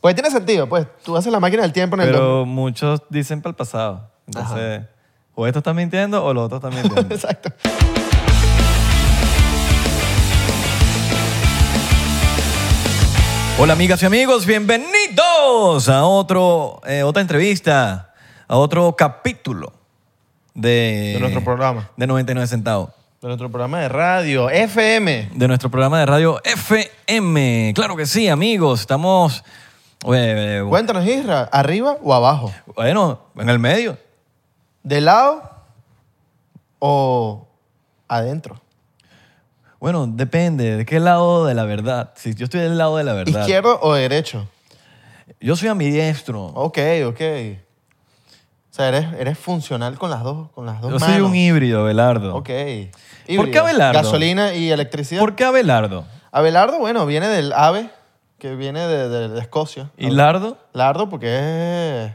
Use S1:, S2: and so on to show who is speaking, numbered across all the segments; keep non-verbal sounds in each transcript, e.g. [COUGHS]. S1: Pues tiene sentido, pues tú haces la máquina del tiempo en el
S2: Pero muchos dicen para el pasado. Entonces, o estos están mintiendo o los otros están
S1: [LAUGHS] [LAUGHS]
S2: mintiendo.
S1: Exacto.
S2: Hola amigas y amigos, bienvenidos a otro, eh, otra entrevista, a otro capítulo de,
S1: De nuestro programa.
S2: De 99 centavos.
S1: De nuestro programa de radio, FM.
S2: De nuestro programa de radio FM. Claro que sí, amigos. Estamos, eh, eh,
S1: Cuéntanos, Isra, ¿arriba o abajo?
S2: bueno, en el medio.
S1: ¿De lado o adentro?
S2: Bueno, depende de qué lado de la verdad. Si yo estoy del lado de la verdad.
S1: ¿Izquierdo Oh, o derecho?
S2: Yo soy ambidiestro.
S1: Ok, ok. O sea, eres, eres funcional con las dos, con las dos
S2: yo
S1: manos.
S2: soy un híbrido, Belardo.
S1: Ok.
S2: ¿Por qué Abelardo?
S1: Gasolina y electricidad.
S2: ¿Por qué Abelardo?
S1: Abelardo, bueno, viene del ave, que viene de, de- de Escocia.
S2: ¿Y Lardo?
S1: Lardo porque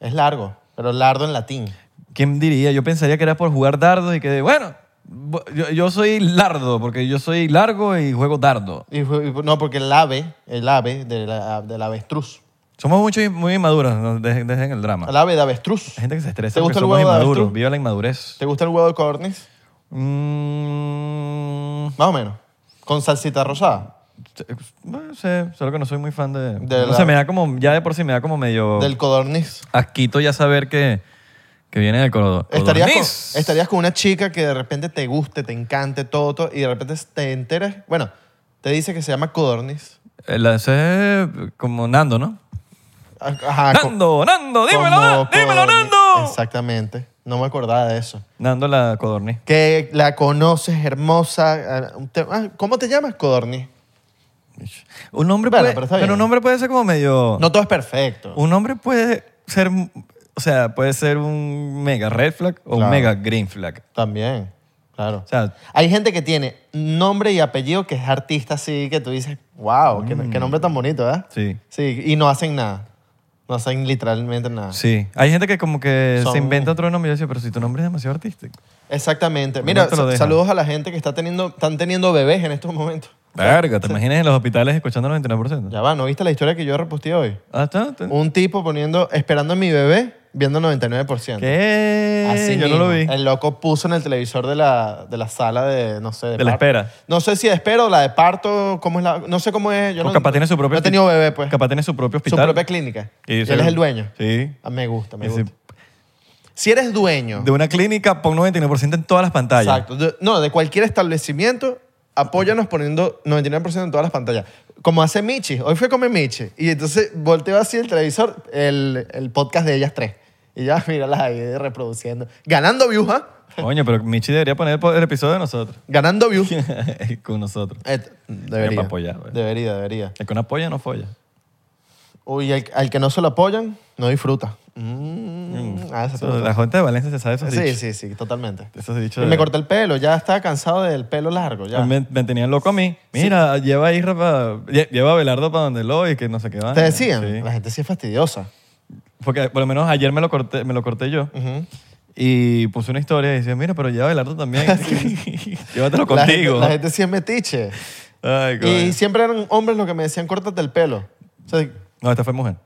S1: es, es largo, pero lardo en latín.
S2: ¿Quién diría? Yo pensaría que era por jugar dardos y que, bueno, bo- yo, yo soy lardo, porque yo soy largo y juego dardo.
S1: Y, fue- y- no, porque el ave, el ave de la, del avestruz.
S2: Somos muchos muy inmaduros, no dejen, dejen el drama.
S1: El ave de avestruz.
S2: Hay gente que se estresa
S1: ¿Te
S2: porque
S1: gusta el
S2: somos
S1: huevo de
S2: inmaduros.
S1: avestruz?
S2: Viva la inmadurez.
S1: ¿Te gusta el huevo de codorniz?
S2: Mm,
S1: Más o menos. Con salsita rosada.
S2: bueno, sé, solo que no soy muy fan de...
S1: De
S2: no
S1: la-
S2: sé, me da como, ya de por sí me da como medio
S1: Del codorniz.
S2: asquito ya saber que, que viene del coro- codorniz.
S1: Estarías con, estarías con una chica que de repente te guste, te encante todo, todo, y de repente te enteras, bueno, te dice que se llama codorniz.
S2: Eh, la- ese es como Nando, ¿no?
S1: Ajá, co-
S2: Nando, Nando, dímelo,
S1: como
S2: Nan- dímelo,
S1: codorniz.
S2: Nando.
S1: Exactamente. No me acordaba de eso.
S2: Nando la codorniz.
S1: Que la conoces, hermosa. ah, un te- ah, ¿Cómo te llamas, codorniz?
S2: Un hombre
S1: Bueno,
S2: puede,
S1: pero
S2: pero,
S1: está bien.
S2: un hombre puede ser como medio.
S1: No todo es perfecto.
S2: Un hombre puede ser, o sea, puede ser un mega red flag o
S1: Claro.
S2: un mega green flag.
S1: También, claro.
S2: O sea,
S1: Hay gente que tiene nombre y apellido que es artista así, que tú dices, wow, qué,
S2: Mm.
S1: qué nombre tan bonito, ¿verdad?
S2: sí,
S1: Sí, y no hacen nada. No hacen literalmente nada.
S2: sí. Hay gente que como que
S1: Ah. Son-
S2: se inventa otro nombre y yo decía, pero si tu nombre es demasiado artístico.
S1: Exactamente.
S2: No
S1: Mira,
S2: te lo
S1: sa-
S2: dejan.
S1: saludos a la gente que está teniendo, están teniendo bebés en estos momentos.
S2: Verga, ¿te imaginas en los hospitales escuchando el 99%?
S1: Ya va, ¿no viste la historia que yo reposté hoy?
S2: Ah, está, está.
S1: Un tipo poniendo, esperando a mi bebé, viendo 99%.
S2: ¿Qué?
S1: Así
S2: yo
S1: mismo.
S2: no lo vi.
S1: El loco puso en el televisor de la, de la sala de, no sé, de,
S2: De la
S1: parto.
S2: espera.
S1: No sé si de espera o la de parto, cómo es la, no sé cómo es. Yo
S2: O
S1: no,
S2: capaz tiene su propio
S1: No he tenido
S2: hospi-
S1: bebé, pues.
S2: Capaz tiene su propio
S1: su
S2: hospital.
S1: propia clínica.
S2: Y
S1: Y él
S2: dice-
S1: es el dueño.
S2: Sí.
S1: Ah, me gusta, me
S2: Y
S1: gusta.
S2: dice,
S1: Si eres dueño,
S2: De una clínica, pon 99% en todas las pantallas.
S1: exacto, de- no, de cualquier establecimiento, apóyanos poniendo 99% en todas las pantallas. Como hace Michi, hoy fue a comer Michi y entonces volteo así el televisor, el, el podcast de ellas tres. Y ya, [LAUGHS] míralas ahí reproduciendo. Ganando views, ¿ah?
S2: Coño, pero Michi debería poner el episodio de nosotros. [LAUGHS]
S1: Ganando views.
S2: con nosotros.
S1: Eh, debería.
S2: para apoyar, güey.
S1: debería, debería.
S2: El que no apoya no folla.
S1: Uy, al, al que no se lo apoyan, no disfruta. Mm, ah, esa te
S2: Eso, la
S1: gusta.
S2: gente de Valencia se sabe esos
S1: sí,
S2: dichos.
S1: sí, sí, totalmente.
S2: Esos dichos
S1: Y
S2: de-
S1: me corté el pelo, ya estaba cansado del pelo largo. Ya.
S2: Me, me tenían loco a mí. Mira, lleva a Isra pa- lle- lleva a Belardo para donde lo y que no sé qué va.
S1: Te decían, la
S2: Sí.
S1: gente sí es fastidiosa.
S2: Porque por lo menos ayer me lo corté, me lo corté yo
S1: Ujú.
S2: y puse una historia y decía, mira, pero lleva a
S1: [LAUGHS]
S2: Belardo también. [LAUGHS] Llévatelo
S1: La gente,
S2: contigo. eh.
S1: la gente sí es metiche.
S2: Ay, coño.
S1: Y siempre eran hombres los que me decían, córtate el pelo. O sea,
S2: No, esta fue mujer.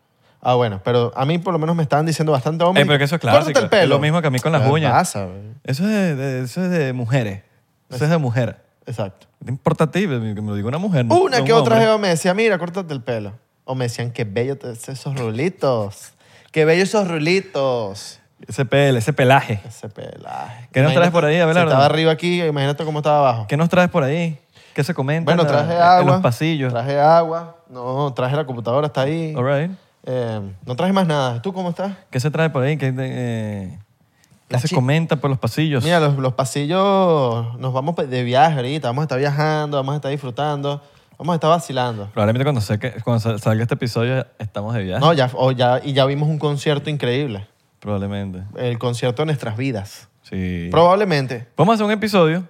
S1: ah, bueno, pero a mí por lo menos me estaban diciendo bastante hombres.
S2: Eh, pero que eso es
S1: Córtate
S2: clásico.
S1: el pelo.
S2: Es lo mismo que a mí con las
S1: ¿Qué
S2: uñas.
S1: pasa, güey?
S2: Eso es de, de- eso es de mujeres. Eso es de mujer.
S1: Exacto.
S2: No te importa a ti, que me lo diga una mujer. no-
S1: Una
S2: no
S1: que
S2: un
S1: otra
S2: hombre.
S1: jeva me decía, mira, córtate el pelo. O me decían, qué bello te- esos rulitos. Qué bello esos rulitos.
S2: Ese pelo, ese pelaje.
S1: Ese pelaje.
S2: ¿Qué nos
S1: Imagínate,
S2: traes por ahí, Abelardo?
S1: Si estaba arriba aquí, imagínate cómo estaba abajo.
S2: ¿Qué nos traes por ahí? ¿Qué se comenta?
S1: Bueno,
S2: en la-
S1: traje agua.
S2: En los pasillos.
S1: Traje agua. No, traje la computadora, está ahí.
S2: All right.
S1: Eh, no traje más nada. ¿Tú cómo estás?
S2: ¿Qué se trae por ahí? ¿Qué, eh, qué
S1: La
S2: se
S1: chi-
S2: comenta por los pasillos?
S1: Mira, los, los pasillos, nos vamos pues, de viaje ahorita. Vamos a estar viajando, vamos a estar disfrutando, vamos a estar vacilando.
S2: Probablemente cuando, se- que- cuando sal- salga este episodio estamos de viaje.
S1: No, ya, o ya, y ya vimos un concierto increíble.
S2: Probablemente.
S1: El concierto de nuestras vidas.
S2: Sí.
S1: Probablemente.
S2: Vamos a hacer un episodio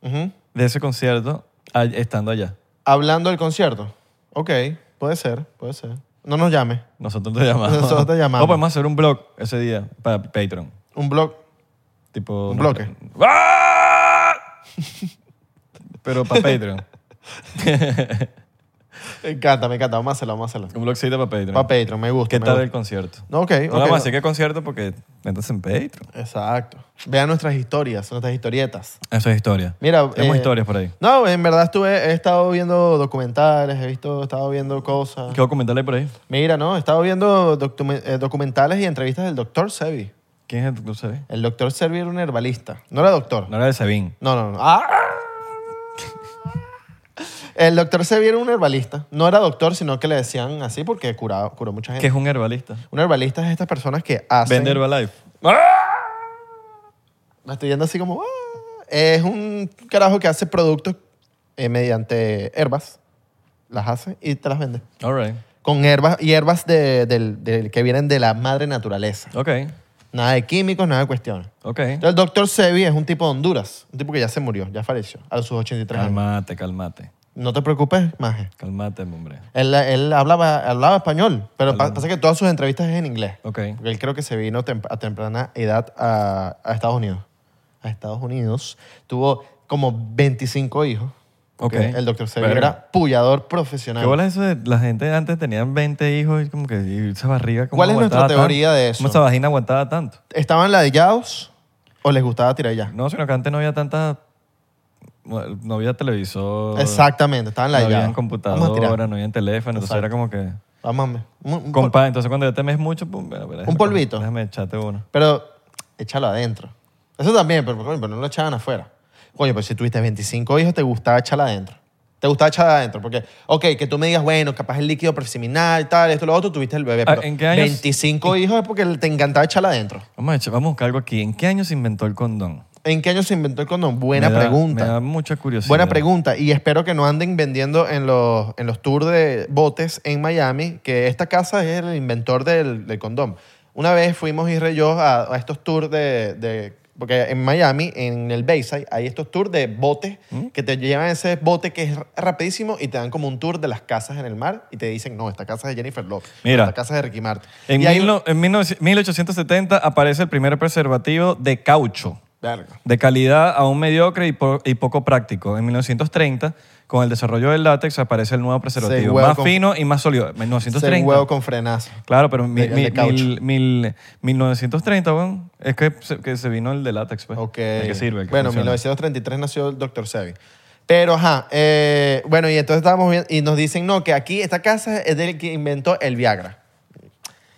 S1: Ujú.
S2: de ese concierto a- estando allá.
S1: Hablando del concierto. Ok, puede ser, puede ser. No nos llame.
S2: Nosotros te llamamos.
S1: Nosotros te llamamos.
S2: O podemos hacer un blog ese día para Patreon.
S1: Un blog.
S2: Tipo,
S1: Un
S2: no-
S1: bloque.
S2: [LAUGHS] ¡Ah! Pero para Patreon.
S1: Me encanta, me encanta. Vamos a hacerlo, vamos a hacerlo.
S2: Un blogcito para Patreon.
S1: Para Patreon, me gusta.
S2: ¿Qué
S1: me
S2: tal
S1: gusta.
S2: el concierto?
S1: No, ok,
S2: No
S1: ok,
S2: vamos a
S1: no.
S2: decir que concierto porque métanse en Patreon.
S1: Exacto. Vean nuestras historias, nuestras historietas.
S2: Eso es historia.
S1: Mira,
S2: Tenemos
S1: eh,
S2: historias por ahí.
S1: No, en verdad estuve, he estado viendo documentales, he visto, he estado viendo cosas.
S2: ¿Qué documental hay por ahí?
S1: Mira, no, he estado viendo documen- eh, documentales y entrevistas del doctor Sebi.
S2: ¿Quién es el doctor Sabin?
S1: El doctor Sebi era un herbalista. No era doctor.
S2: No era de Sabin.
S1: No, no, no. ¡Ah! El doctor Sebi era un herbalista. No era doctor, sino que le decían así porque curaba, curó mucha
S2: Que
S1: gente.
S2: es un herbalista.
S1: Un herbalista es estas personas que hacen...
S2: Vende Herbalife.
S1: La estoy yendo así como... "Ah". Es un carajo que hace productos eh, mediante herbas. Las hace y te las vende.
S2: All right.
S1: Con herbas y herbas de- del- del- que vienen de la madre naturaleza.
S2: Ok.
S1: Nada de químicos, nada de cuestiones.
S2: Ok.
S1: Entonces, El doctor Sebi es un tipo de Honduras. Un tipo que ya se murió, ya falleció a sus 83 años.
S2: Calmate, calmate.
S1: No te preocupes, Maje.
S2: Calmate, hombre.
S1: Él, él hablaba, hablaba español, pero pa- pasa que todas sus entrevistas es en inglés.
S2: Ok.
S1: Porque él creo que se vino tem- a temprana edad a, a Estados Unidos. A Estados Unidos. Tuvo como 25 hijos.
S2: Ok.
S1: Porque El doctor Sebi
S2: Verga.
S1: era pullador profesional.
S2: ¿Qué bola es eso de la gente antes tenían 20 hijos y como que y esa barriga como
S1: ¿Cuál es nuestra teoría de eso?
S2: ¿Cómo esa vagina aguantaba tanto?
S1: ¿Estaban ladillados o les gustaba tirar ya?
S2: No, sino que antes no había tanta... No había televisor.
S1: Exactamente, estaban
S2: No había
S1: ladillados. Vamos a
S2: computadora,
S1: tirar.
S2: no había teléfono. Entonces era como que...
S1: Vamos a... un- un
S2: Compa, entonces cuando ya temes mucho, pum, mira, mira, déjame-
S1: polvito.
S2: Déjame echarte uno.
S1: Pero échalo adentro. Eso también, pero, coño, pero no lo echaban afuera. Coño, pero si tuviste 25 hijos, te gustaba echarla adentro. Te gustaba echarla adentro. Porque, ok, que tú me digas, bueno, capaz el líquido preseminal, tal, esto, lo otro, tuviste el bebé.
S2: Ah,
S1: Pero
S2: ¿en qué años?
S1: 25 hijos es porque te encantaba echarla adentro.
S2: Vamos a, echar- vamos a buscar algo aquí. ¿En qué año se inventó el condón?
S1: ¿En qué año se inventó el condón? Buena
S2: Me da-
S1: pregunta.
S2: Me da mucha curiosidad.
S1: Buena pregunta. Y espero que no anden vendiendo en los, en los tours de botes en Miami, que esta casa es el inventor del, del condón. Una vez fuimos Isra y yo a, a estos tours de, de- Porque en Miami, en el Bayside, hay estos tours de botes
S2: Mm.
S1: que te llevan ese bote que es rapidísimo y te dan como un tour de las casas en el mar y te dicen, no, esta casa es de Jennifer Lopez.
S2: Mira.
S1: Esta casa es de Ricky Martin.
S2: En,
S1: y hay
S2: mil
S1: un-
S2: no- en 19- 1870 aparece el primer preservativo de caucho,
S1: Verga.
S2: de calidad aún mediocre y, po- y poco práctico. En 1930, con el desarrollo del látex, aparece el nuevo preservativo,
S1: huevo
S2: más
S1: con-
S2: fino y más sólido. En
S1: Ese huevo
S2: 1930.
S1: con frenazo.
S2: Claro, pero mi-
S1: El de
S2: mi-
S1: caucho.
S2: mil- mil- 1930, weón, es que se, que se vino el de látex, pues.
S1: Ok.
S2: El que sirve. el que
S1: bueno, en
S2: funciona.
S1: 1933 nació el Dr. Sebi. Pero, ajá, eh, bueno, y entonces estábamos viendo, y nos dicen, no, que aquí esta casa es del que inventó el Viagra.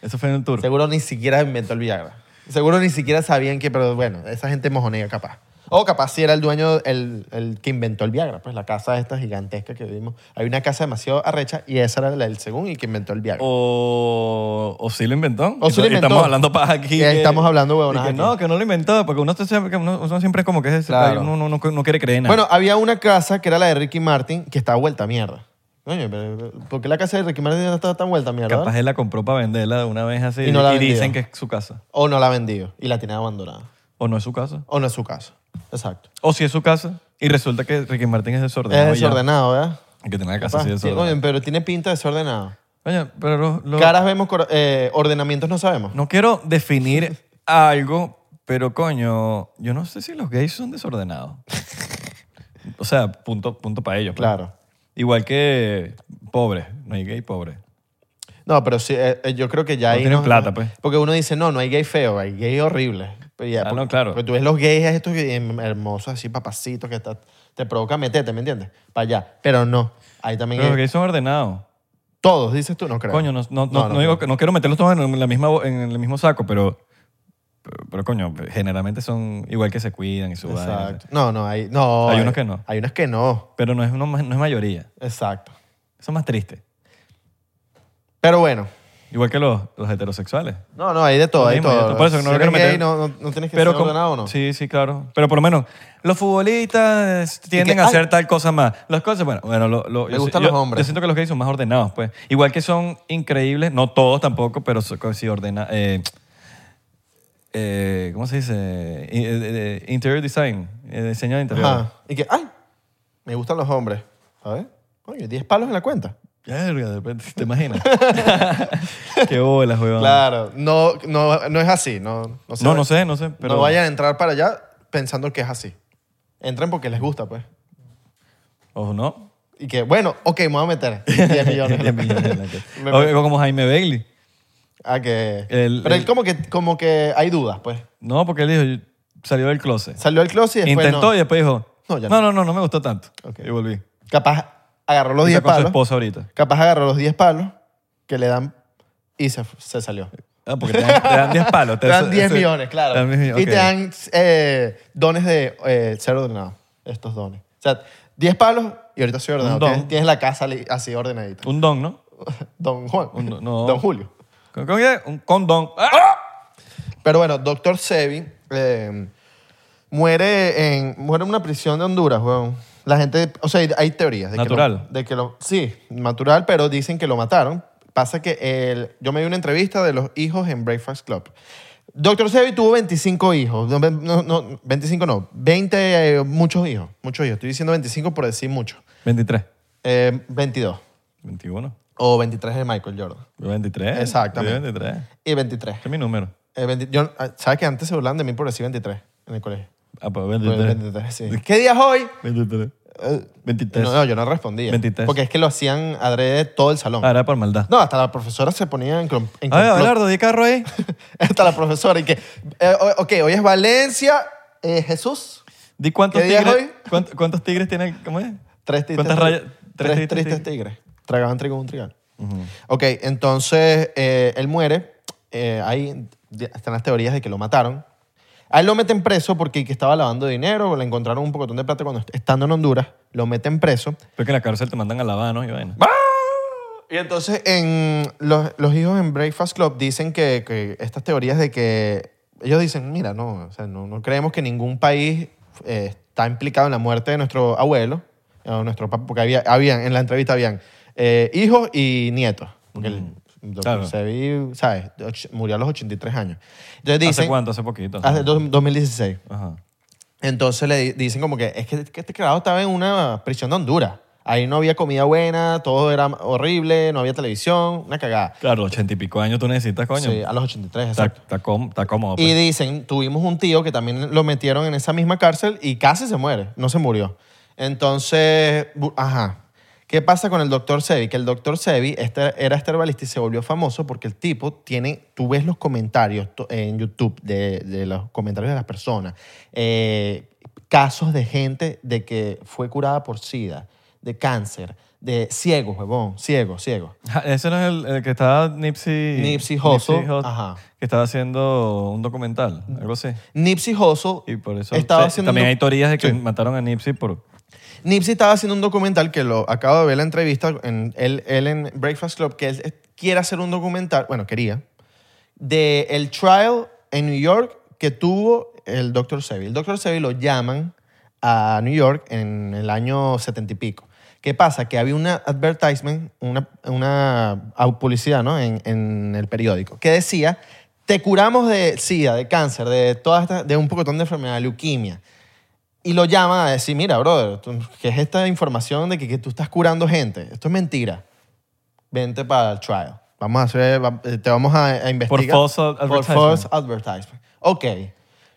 S2: Eso fue en el tour.
S1: Seguro ni siquiera inventó el Viagra. Seguro ni siquiera sabían que, pero bueno, esa gente mojonea capaz. O capaz si era el dueño, el, el que inventó el Viagra. Pues la casa esta gigantesca que vimos. Hay una casa demasiado arrecha y esa era la del segundo y que inventó el Viagra.
S2: O, o sí lo inventó.
S1: O sí lo
S2: Y
S1: inventó.
S2: Estamos hablando paja aquí.
S1: Y estamos hablando huevonadas
S2: y que
S1: aquí.
S2: No, que no lo inventó, porque uno, se- que uno- uno siempre es como que es
S1: Claro.
S2: uno, uno- uno no quiere creer en nada.
S1: Bueno, había una casa que era la de Ricky Martin que estaba vuelta a mierda. Coño, pero ¿por qué la casa de Ricky Martin no estaba tan vuelta a mierda?
S2: Capaz él la compró para venderla de una vez así
S1: Y no la vendió.
S2: dicen que es su casa.
S1: O no la ha vendido y la tiene abandonada.
S2: O no es su casa.
S1: O no es su caso. Exacto.
S2: O si es su casa y resulta que Ricky Martín es desordenado.
S1: es
S2: y ya.
S1: desordenado, ¿verdad?
S2: Hay Que tiene la casa
S1: Papá,
S2: así
S1: tiene-
S2: desordenada.
S1: oye, pero tiene pinta de desordenado.
S2: Oye, pero lo- lo-
S1: Caras vemos, cor- eh, ordenamientos no sabemos.
S2: no quiero definir algo, pero coño, yo no sé si los gays
S1: [LAUGHS]
S2: son desordenados. o sea, punto, punto para ellos. pues.
S1: Claro.
S2: Igual que pobre, no hay gay pobre.
S1: No, pero sí, eh, eh, yo creo que ya
S2: No
S1: ahí
S2: tienen plata, pues.
S1: Porque uno dice, no, no hay gay feo, hay gay horrible. Pero ya,
S2: Ah,
S1: por-
S2: no, claro.
S1: Porque tú ves los gays estos que- em, hermosos, así papacitos, que está- te provoca meterte, ¿me entiendes? Para allá. Pero no, ahí también
S2: Pero los
S1: hay-
S2: gays son ordenados.
S1: Todos, dices tú, no creo.
S2: Coño, no, no, no, no
S1: creo.
S2: digo que- no quiero meterlos todos en, la misma, bo- en el mismo saco, pero, pero, pero coño, generalmente son igual que se cuidan y su vaina.
S1: Exacto. No, no, hay, no. eh,
S2: Hay unos que no.
S1: Hay unos que no,
S2: Pero no es, uno más- no es mayoría.
S1: exacto.
S2: Eso es más triste.
S1: Pero bueno,
S2: Igual que los, los heterosexuales.
S1: No, no, hay de todo,
S2: Lo
S1: hay de
S2: mismo,
S1: todo.
S2: yo- por eso que no
S1: Si
S2: lo quiero
S1: eres gay,
S2: meter.
S1: no, no, no tienes que
S2: Pero
S1: ser
S2: como-
S1: ordenado o no.
S2: Sí, sí, claro. Pero por lo menos los futbolistas tienden
S1: que,
S2: a
S1: ay.
S2: hacer tal cosa más. Las cosas, bueno, bueno lo, lo-
S1: Me
S2: yo si-
S1: gustan
S2: yo-
S1: los hombres.
S2: Yo siento que los gays son más ordenados, pues. Igual que son increíbles, no todos tampoco, pero so- sí ordena. eh, eh, ¿Cómo se dice? Eh, eh, eh, Interior design, eh, diseño de interior.
S1: Ajá. Y que, ay, me gustan los hombres. A ver, coño, 10 palos en la cuenta.
S2: Verga, de repente, ¿te imaginas? [LAUGHS] Qué bolas, weón.
S1: Claro, no, no, no es así. No, no, se
S2: No,
S1: vayan-
S2: no sé, no sé. Pero
S1: No vayan a entrar para allá pensando que es así. Entren porque les gusta, pues.
S2: O no.
S1: Y que, bueno, ok, me voy a
S2: [LAUGHS]
S1: meter 10 millones.
S2: 10 millones en la que-
S1: [LAUGHS] Me-
S2: O- o como Jaime Bailey.
S1: Ah, que...
S2: El-
S1: pero él
S2: el-
S1: como que, como que hay dudas, pues.
S2: No, porque él dijo, yo- salió del closet.
S1: Salió del closet y después
S2: Intentó
S1: no.
S2: y después dijo,
S1: No, ya
S2: no, no, no, no me gustó tanto.
S1: Ok.
S2: Y volví.
S1: Capaz agarró los
S2: Está
S1: 10
S2: con su
S1: palos.
S2: esposa ahorita.
S1: Capaz agarró los 10 palos que le dan y se, se salió.
S2: Ah, porque te dan, te dan 10
S1: [LAUGHS]
S2: palos.
S1: Te dan 10
S2: ese-
S1: millones, claro.
S2: te dan 10 millones,
S1: Y te
S2: ok.
S1: dan eh, dones de eh, ser ordenado, estos dones. O sea, 10 palos y ahorita soy ordenado.
S2: Un don.
S1: Tienes, tienes la casa li- así ordenadita.
S2: Un don, ¿no?
S1: Don Juan.
S2: Un don- no.
S1: Don Julio.
S2: ¿Con, con qué? Un condón. ¡Ah!
S1: Pero bueno, doctor Sebi eh, muere, en, muere en una prisión de Honduras, weón. La gente, o sea, hay teorías. De
S2: Natural.
S1: Que lo, de que lo, sí, natural, pero dicen que lo mataron. Pasa que el, yo me vi una entrevista de los hijos en Breakfast Club. Doctor Sebi tuvo 25 hijos. No, no, no, 25 no, 20, eh, muchos hijos. Muchos hijos. Estoy diciendo 25 por decir muchos.
S2: 23.
S1: Eh, 22
S2: 21.
S1: o 23 de Michael Jordan.
S2: Yo 23.
S1: Exactamente.
S2: Yo 23. Ese
S1: Y 23.
S2: es mi número.
S1: Eh, 20 yo- ¿Sabes que antes se burlaban de mí por decir 23 en el colegio?
S2: Ah, pues
S1: Pues,
S2: 23.
S1: 23, sí. ¿Qué día es hoy?
S2: 23.
S1: Eh,
S2: 23.
S1: No, no, yo no respondía.
S2: 23.
S1: Porque es que lo hacían adrede todo el salón.
S2: Ah, era por maldad.
S1: No, hasta la profesora se ponía en, clom- en
S2: A
S1: complot.
S2: ver, Abelardo, di carro ahí.
S1: [LAUGHS] Hasta la profesora. Y que, eh, o- ok, hoy es Valencia, eh, Jesús.
S2: Di cuántos
S1: ¿Qué día es
S2: tigres.
S1: hoy?
S2: cuánt- ¿Cuántos, tigres tiene? ¿Cómo es?
S1: Tres tristes
S2: ¿Cuántas
S1: tigres.
S2: rayas?
S1: Tres, tristes tigres. Tragaban trigo en un trigal. Ok, entonces eh, él muere. Eh, ahí di- están las teorías de que lo mataron. A él lo meten preso porque que estaba lavando dinero, le encontraron un pocotón de plata cuando est- estando en Honduras. Lo meten preso.
S2: Porque en la cárcel te mandan a la Habana y vaina.
S1: Y entonces en los, los hijos en Breakfast Club dicen que, que estas teorías de que ellos dicen, mira, no, o sea, no, no creemos que ningún país eh, está implicado en la muerte de nuestro abuelo o nuestro papá, porque había, habían, en la entrevista habían eh, hijos y nietos. Porque el doctor
S2: Mm. claro.
S1: Sebi, ¿sabes? Och- Murió a los 83 años. Entonces dicen,
S2: ¿Hace cuánto? Hace poquito.
S1: Hace dos- 2016.
S2: Ajá.
S1: Entonces le di- dicen como que es que, que este carajo estaba en una prisión de Honduras. Ahí no había comida buena, todo era horrible, no había televisión, una cagada.
S2: Claro, ochenta y pico años tú necesitas, coño.
S1: Sí, a los 83,
S2: Está,
S1: exacto.
S2: está cóm- está cómodo.
S1: Y
S2: pues.
S1: dicen, tuvimos un tío que también lo metieron en esa misma cárcel y casi se muere, no se murió. Entonces, bu- ajá. ¿Qué pasa con el doctor Sebi? Que el doctor Sebi este, era este herbalista y se volvió famoso porque el tipo tiene, tú ves los comentarios to- en YouTube de, de los comentarios de las personas, eh, casos de gente de que fue curada por SIDA, de cáncer, de ciegos, huevón, ciegos, ciegos.
S2: Ja, [LAUGHS] Ese no es el, el que estaba Nipsey...
S1: Nipsey Hussle,
S2: Hussle,
S1: ajá.
S2: Que estaba haciendo un documental, algo así.
S1: Nipsey Hussle
S2: Y por eso...
S1: estaba
S2: sí,
S1: haciendo
S2: también
S1: un-
S2: hay teorías de que
S1: Sí.
S2: mataron a Nipsey por...
S1: Nipsey estaba haciendo un documental que lo acabo de ver en la entrevista en él, él en Breakfast Club que él quiere hacer un documental, bueno, quería de el trial en New York que tuvo el Dr. Sebi. El Dr. Sebi lo llaman a New York en el año setenta y pico. ¿Qué pasa? Que había una advertisement, una, una au- publicidad ¿no? en, en el periódico que decía, te curamos de SIDA, de cáncer, de, todas estas- de un pocotón de enfermedad, leuquimia. Y lo llama a decir, mira, brother, tú- ¿qué es esta información de que, que tú estás curando gente? Esto es mentira. Vente para el trial. Vamos a hacer, va- eh, te vamos a, a investigar.
S2: false ad-
S1: Por
S2: advertisement.
S1: false advertisement. Ok.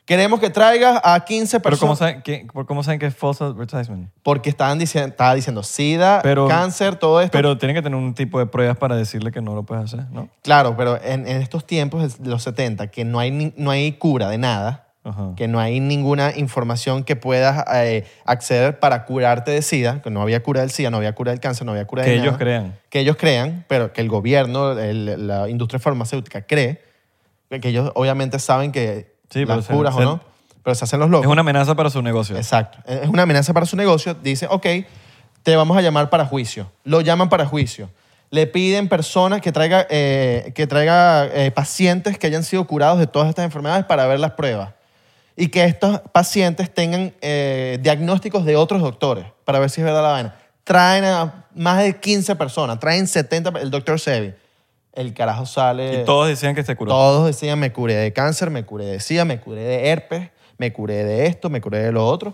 S1: Queremos que traigas a 15
S2: Pero ¿cómo
S1: personas.
S2: saben, que- por ¿cómo saben que es false advertisement?
S1: porque estaban diciendo, estaba diciendo SIDA,
S2: Pero-
S1: cáncer, todo esto.
S2: Pero tienen que tener un tipo de pruebas para decirle que no lo puedes hacer, ¿no?
S1: claro, pero en, en estos tiempos de los 70, que no hay, ni- no hay cura de nada,
S2: Ajá.
S1: que no hay ninguna información que puedas eh, acceder para curarte de SIDA, que no había cura del SIDA, no había cura del cáncer, no había cura de
S2: Que
S1: nada.
S2: ellos crean.
S1: Que ellos crean, pero que el gobierno, el- la industria farmacéutica cree, que ellos obviamente saben que
S2: Sí, pero
S1: las
S2: se-
S1: curas
S2: se-
S1: o no, pero se hacen los locos.
S2: Es una amenaza para su negocio.
S1: Exacto. Es una amenaza para su negocio. Dice, ok, te vamos a llamar para juicio. Lo llaman para juicio. Le piden personas que traiga, eh, que traiga eh, pacientes que hayan sido curados de todas estas enfermedades para ver las pruebas. Y que estos pacientes tengan eh, diagnósticos de otros doctores para ver si es verdad la vaina. Traen a más de 15 personas, traen 70, el doctor Sebi. El carajo sale...
S2: Y todos decían que se curó.
S1: Todos decían, me curé de cáncer, me curé de sida, me curé de herpes, me curé de esto, me curé de lo otro.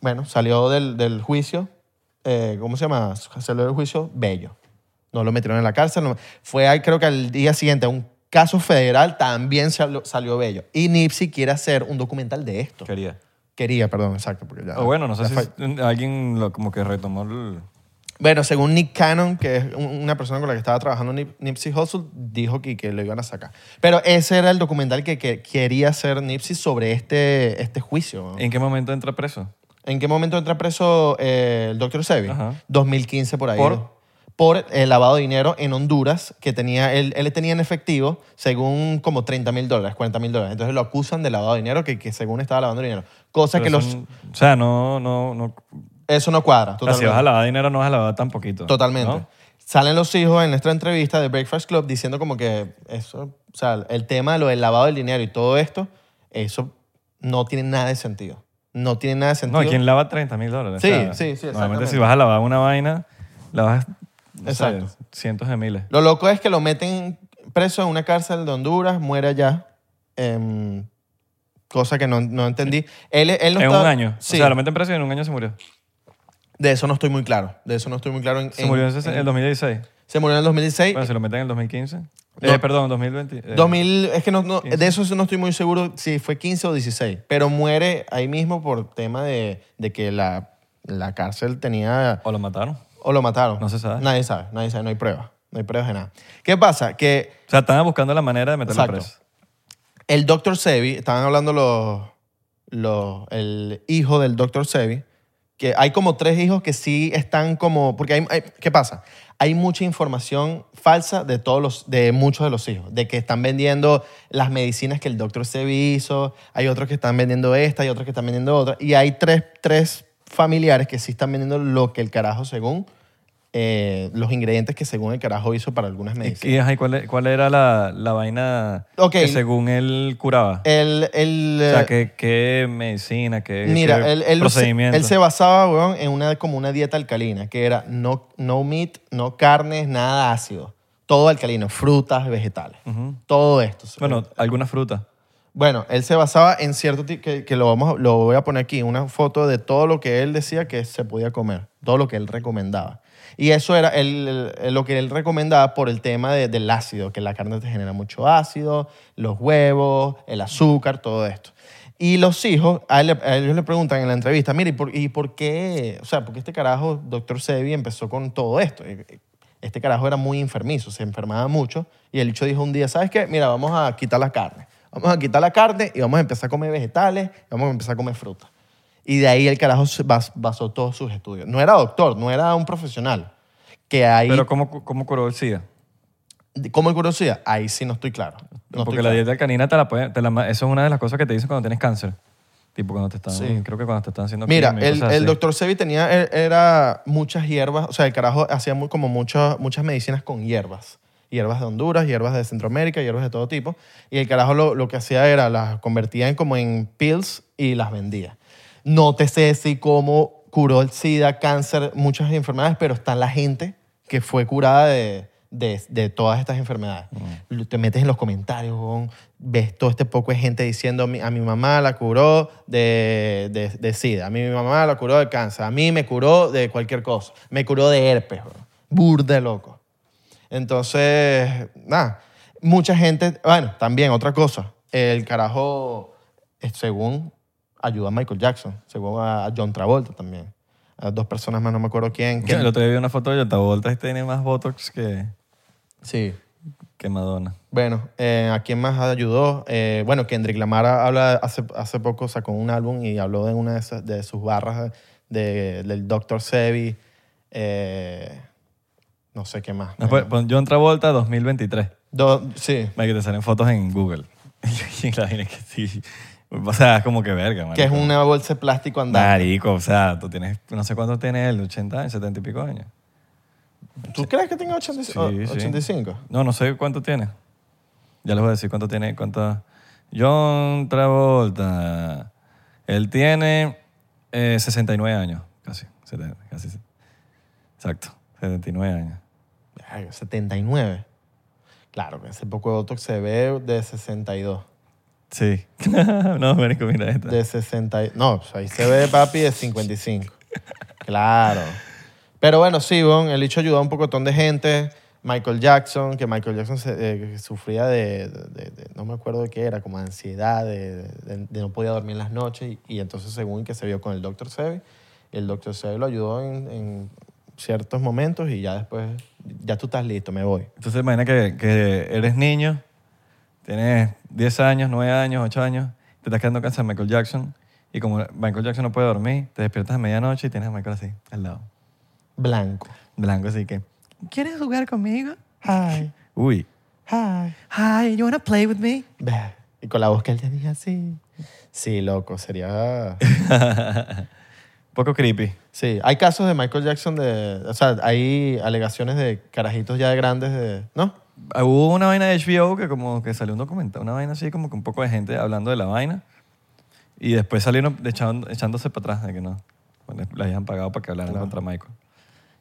S1: Bueno, salió del, del juicio, eh, ¿cómo se llama? Salió del juicio bello. No lo metieron en la cárcel. no- fue, al- creo que al día siguiente, a un caso federal también salió, salió bello. Y Nipsey quiere hacer un documental de esto.
S2: Quería.
S1: Quería, perdón, exacto. Porque ya,
S2: O Ah, Oh, bueno, no sé
S1: ya
S2: si
S1: fue.
S2: alguien lo- como que retomó el...
S1: Bueno, según Nick Cannon, que es un- una persona con la que estaba trabajando Nip- Nipsey Hussle, dijo que, que lo iban a sacar. Pero ese era el documental que, que quería hacer Nipsey sobre este, este juicio. ¿no?
S2: ¿En qué momento entra preso?
S1: ¿En qué momento entra preso eh, el doctor Sebi?
S2: Ajá.
S1: 2015 por ahí.
S2: ¿Por?
S1: Por el lavado de dinero en Honduras, que tenía, él, él tenía en efectivo, según como 30 mil dólares, 40 mil dólares. Entonces lo acusan de lavado de dinero, que, que según estaba lavando dinero. Cosa
S2: Pero
S1: que los,
S2: son- o sea, no... no, no
S1: eso no cuadra.
S2: o sea, si
S1: totalmente.
S2: vas a lavar dinero, no vas a lavar tan poquito.
S1: Totalmente.
S2: ¿no?
S1: Salen los hijos en esta entrevista de Breakfast Club diciendo como que eso, o sea, el tema de lo del lavado del dinero y todo esto, eso no tiene nada de sentido. No tiene nada de
S2: No,
S1: sentido.
S2: ¿quién lava 30 mil dólares?
S1: Sí,
S2: O sea,
S1: sí, sí, exactamente.
S2: Normalmente si vas a lavar una vaina, lavas no sé,
S1: Exacto.
S2: cientos de miles.
S1: Lo loco es que lo meten preso en una cárcel de Honduras, muere allá. em, cosa que no, no entendí. Él, él no
S2: en
S1: estaba-
S2: un año.
S1: Sí,
S2: O sea, lo meten preso y en un año se murió.
S1: de eso no estoy muy claro. De eso no estoy muy claro. en-
S2: Se
S1: en-
S2: murió en ese-
S1: en-
S2: el 2016.
S1: se murió en el 2016.
S2: Bueno, si lo meten en el 2015.
S1: No.
S2: Eh, perdón, 2020. eh,
S1: 2000, es que no, no-
S2: 15.
S1: de eso no estoy muy seguro si fue 15 o 16, pero muere ahí mismo por tema de, de que la, la cárcel tenía...
S2: O lo mataron.
S1: O lo mataron.
S2: No se sabe.
S1: Nadie sabe, nadie sabe, no hay pruebas. No hay pruebas de nada. ¿Qué pasa? Que
S2: O sea, estaban buscando la manera de meterlo
S1: Exacto.
S2: preso.
S1: el doctor Sebi, estaban hablando los, los- el hijo del doctor Sebi, que hay como tres hijos que sí están como, porque hay, hay- ¿qué pasa? Hay mucha información falsa de todos los, de muchos de los hijos, de que están vendiendo las medicinas que el doctor Sebi hizo, hay otros que están vendiendo esta, hay otros que están vendiendo otra, y hay tres, tres familiares que sí están vendiendo lo que el carajo según eh, los ingredientes que según el carajo hizo para algunas medicinas.
S2: Y, y, ajá, ¿y cuál, e- cuál era la, la vaina
S1: Ok.
S2: que según él curaba?
S1: el, el,
S2: o sea,
S1: eh,
S2: ¿qué, qué medicina? ¿Qué,
S1: Mira,
S2: qué
S1: él, él,
S2: procedimiento?
S1: Se, él se basaba, weón, en una, como una dieta alcalina, que era no, no meat, no carnes, nada ácido. Todo alcalino, frutas, vegetales. Todo esto.
S2: bueno, alguna fruta.
S1: Bueno, él se basaba en cierto ti- que, que lo, vamos, a- lo voy a poner aquí, una foto de todo lo que él decía que se podía comer, todo lo que él recomendaba. Y eso era el- el- lo que él recomendaba por el tema de- del ácido, que la carne te genera mucho ácido, los huevos, el azúcar, todo esto. Y los hijos, a, él le- a ellos le preguntan en la entrevista, mire, ¿y por, y por qué? O sea, ¿por qué este carajo, doctor Sebi, empezó con todo esto? Este carajo era muy enfermizo, se enfermaba mucho. Y el bicho dijo un día, ¿sabes qué? Mira, vamos a quitar la carne. Vamos a quitar la carne y vamos a empezar a comer vegetales, y vamos a empezar a comer fruta. Y de ahí el carajo se bas- basó todos sus estudios. No era doctor, no era un profesional. Que ahí,
S2: Pero ¿cómo, cu- cómo curó el SIDA?
S1: como curiosidad, ahí sí no estoy claro. No estoy
S2: Porque la
S1: claro.
S2: dieta alcanina te la puede, te la ma- eso es una de las cosas que te dicen cuando tienes cáncer. Tipo cuando te están,
S1: Sí.
S2: creo que cuando te están haciendo
S1: Mira,
S2: quimio y
S1: el,
S2: cosas
S1: el
S2: así.
S1: doctor Sebi tenía er- era muchas hierbas, o sea, el carajo hacía mu- como muchas muchas medicinas con hierbas. Hierbas de Honduras, hierbas de Centroamérica, hierbas de todo tipo. Y el carajo lo, lo que hacía era las convertía en como en pills y las vendía. No te sé si cómo curó el SIDA, cáncer, muchas enfermedades, pero está la gente que fue curada de, de- de todas estas enfermedades.
S2: Mm.
S1: Te metes en los comentarios, huevón, ves todo este poco de gente diciendo a mi, a mi mamá la curó de, de, de SIDA, a mí mi mamá la curó de cáncer, a mí me curó de cualquier cosa, me curó de herpes, huevón. burda loco. Entonces, nada, mucha gente, bueno, también otra cosa, el carajo, eh, según ayuda a Michael Jackson, según a, a John Travolta también, a dos personas más, no me acuerdo quién. que-
S2: Yo el otro día vi una foto de Yota Volta y tiene más Botox que,
S1: sí.
S2: que Madonna.
S1: Bueno, eh, ¿a quién más ayudó? Eh, bueno, Kendrick Lamar habla, hace, hace poco sacó un álbum y habló de una de, esas- de sus barras de- del Dr. Sebi. eh, no sé qué más.
S2: No, pon- pon John Travolta 2023.
S1: Do- sí.
S2: [LAUGHS] Para que te salen fotos en Google. y la vaina es que sí. O sea, es como que verga, marico.
S1: Que es una bolsa de plástico andante.
S2: Marico, o sea, tú tienes, no sé cuánto tiene él, 80 años, 70 y pico años.
S1: ¿Tú crees que tenga 80
S2: Sí,
S1: o-
S2: sí.
S1: 85?
S2: No, no sé cuánto tiene. Ya les voy a decir cuánto tiene, cuánta. John Travolta. Él tiene eh, 69 años, casi. 70, casi. sí. Exacto, 79 años.
S1: Verga, 79. Claro, que ese poco de Botox se ve de 62.
S2: Sí. [LAUGHS] no, marico, mira esta.
S1: De 60. y- No, o sea, ahí se ve papi de 55. Claro. Pero bueno, sí, bon, el hecho ayudó a un pocotón de gente. Michael Jackson, que Michael Jackson se- eh, que sufría de, de- de- no me acuerdo de qué era, como de ansiedad, de, de- de no podía dormir en las noches. Y, y entonces, según que se vio con el Dr. Sebi, el Dr. Sebi lo ayudó en, en ciertos momentos y ya después, ya tú estás listo, me voy.
S2: Entonces imagina que, que eres niño, tienes 10 años, 9 años, 8 años, te estás quedando en casa de Michael Jackson y como Michael Jackson no puede dormir, te despiertas a medianoche y tienes a Michael así, al lado,
S1: Blanco.
S2: blanco así que, ¿quieres jugar conmigo?
S1: Hi,
S2: Uy.
S1: hi.
S2: Hi, you wanna play with [LAUGHS] me?
S1: Ve, Y con la voz que él tenía así. Sí, loco, sería...
S2: Poco creepy.
S1: Sí, hay casos de Michael Jackson de... O sea, hay alegaciones de carajitos ya de grandes de... ¿No?
S2: Ah, Hubo una vaina de HBO que como que salió un documental, una vaina así como que un poco de gente hablando de la vaina y después salieron echando- echándose para atrás de que no, bueno, le habían pagado para que hablaran contra Michael.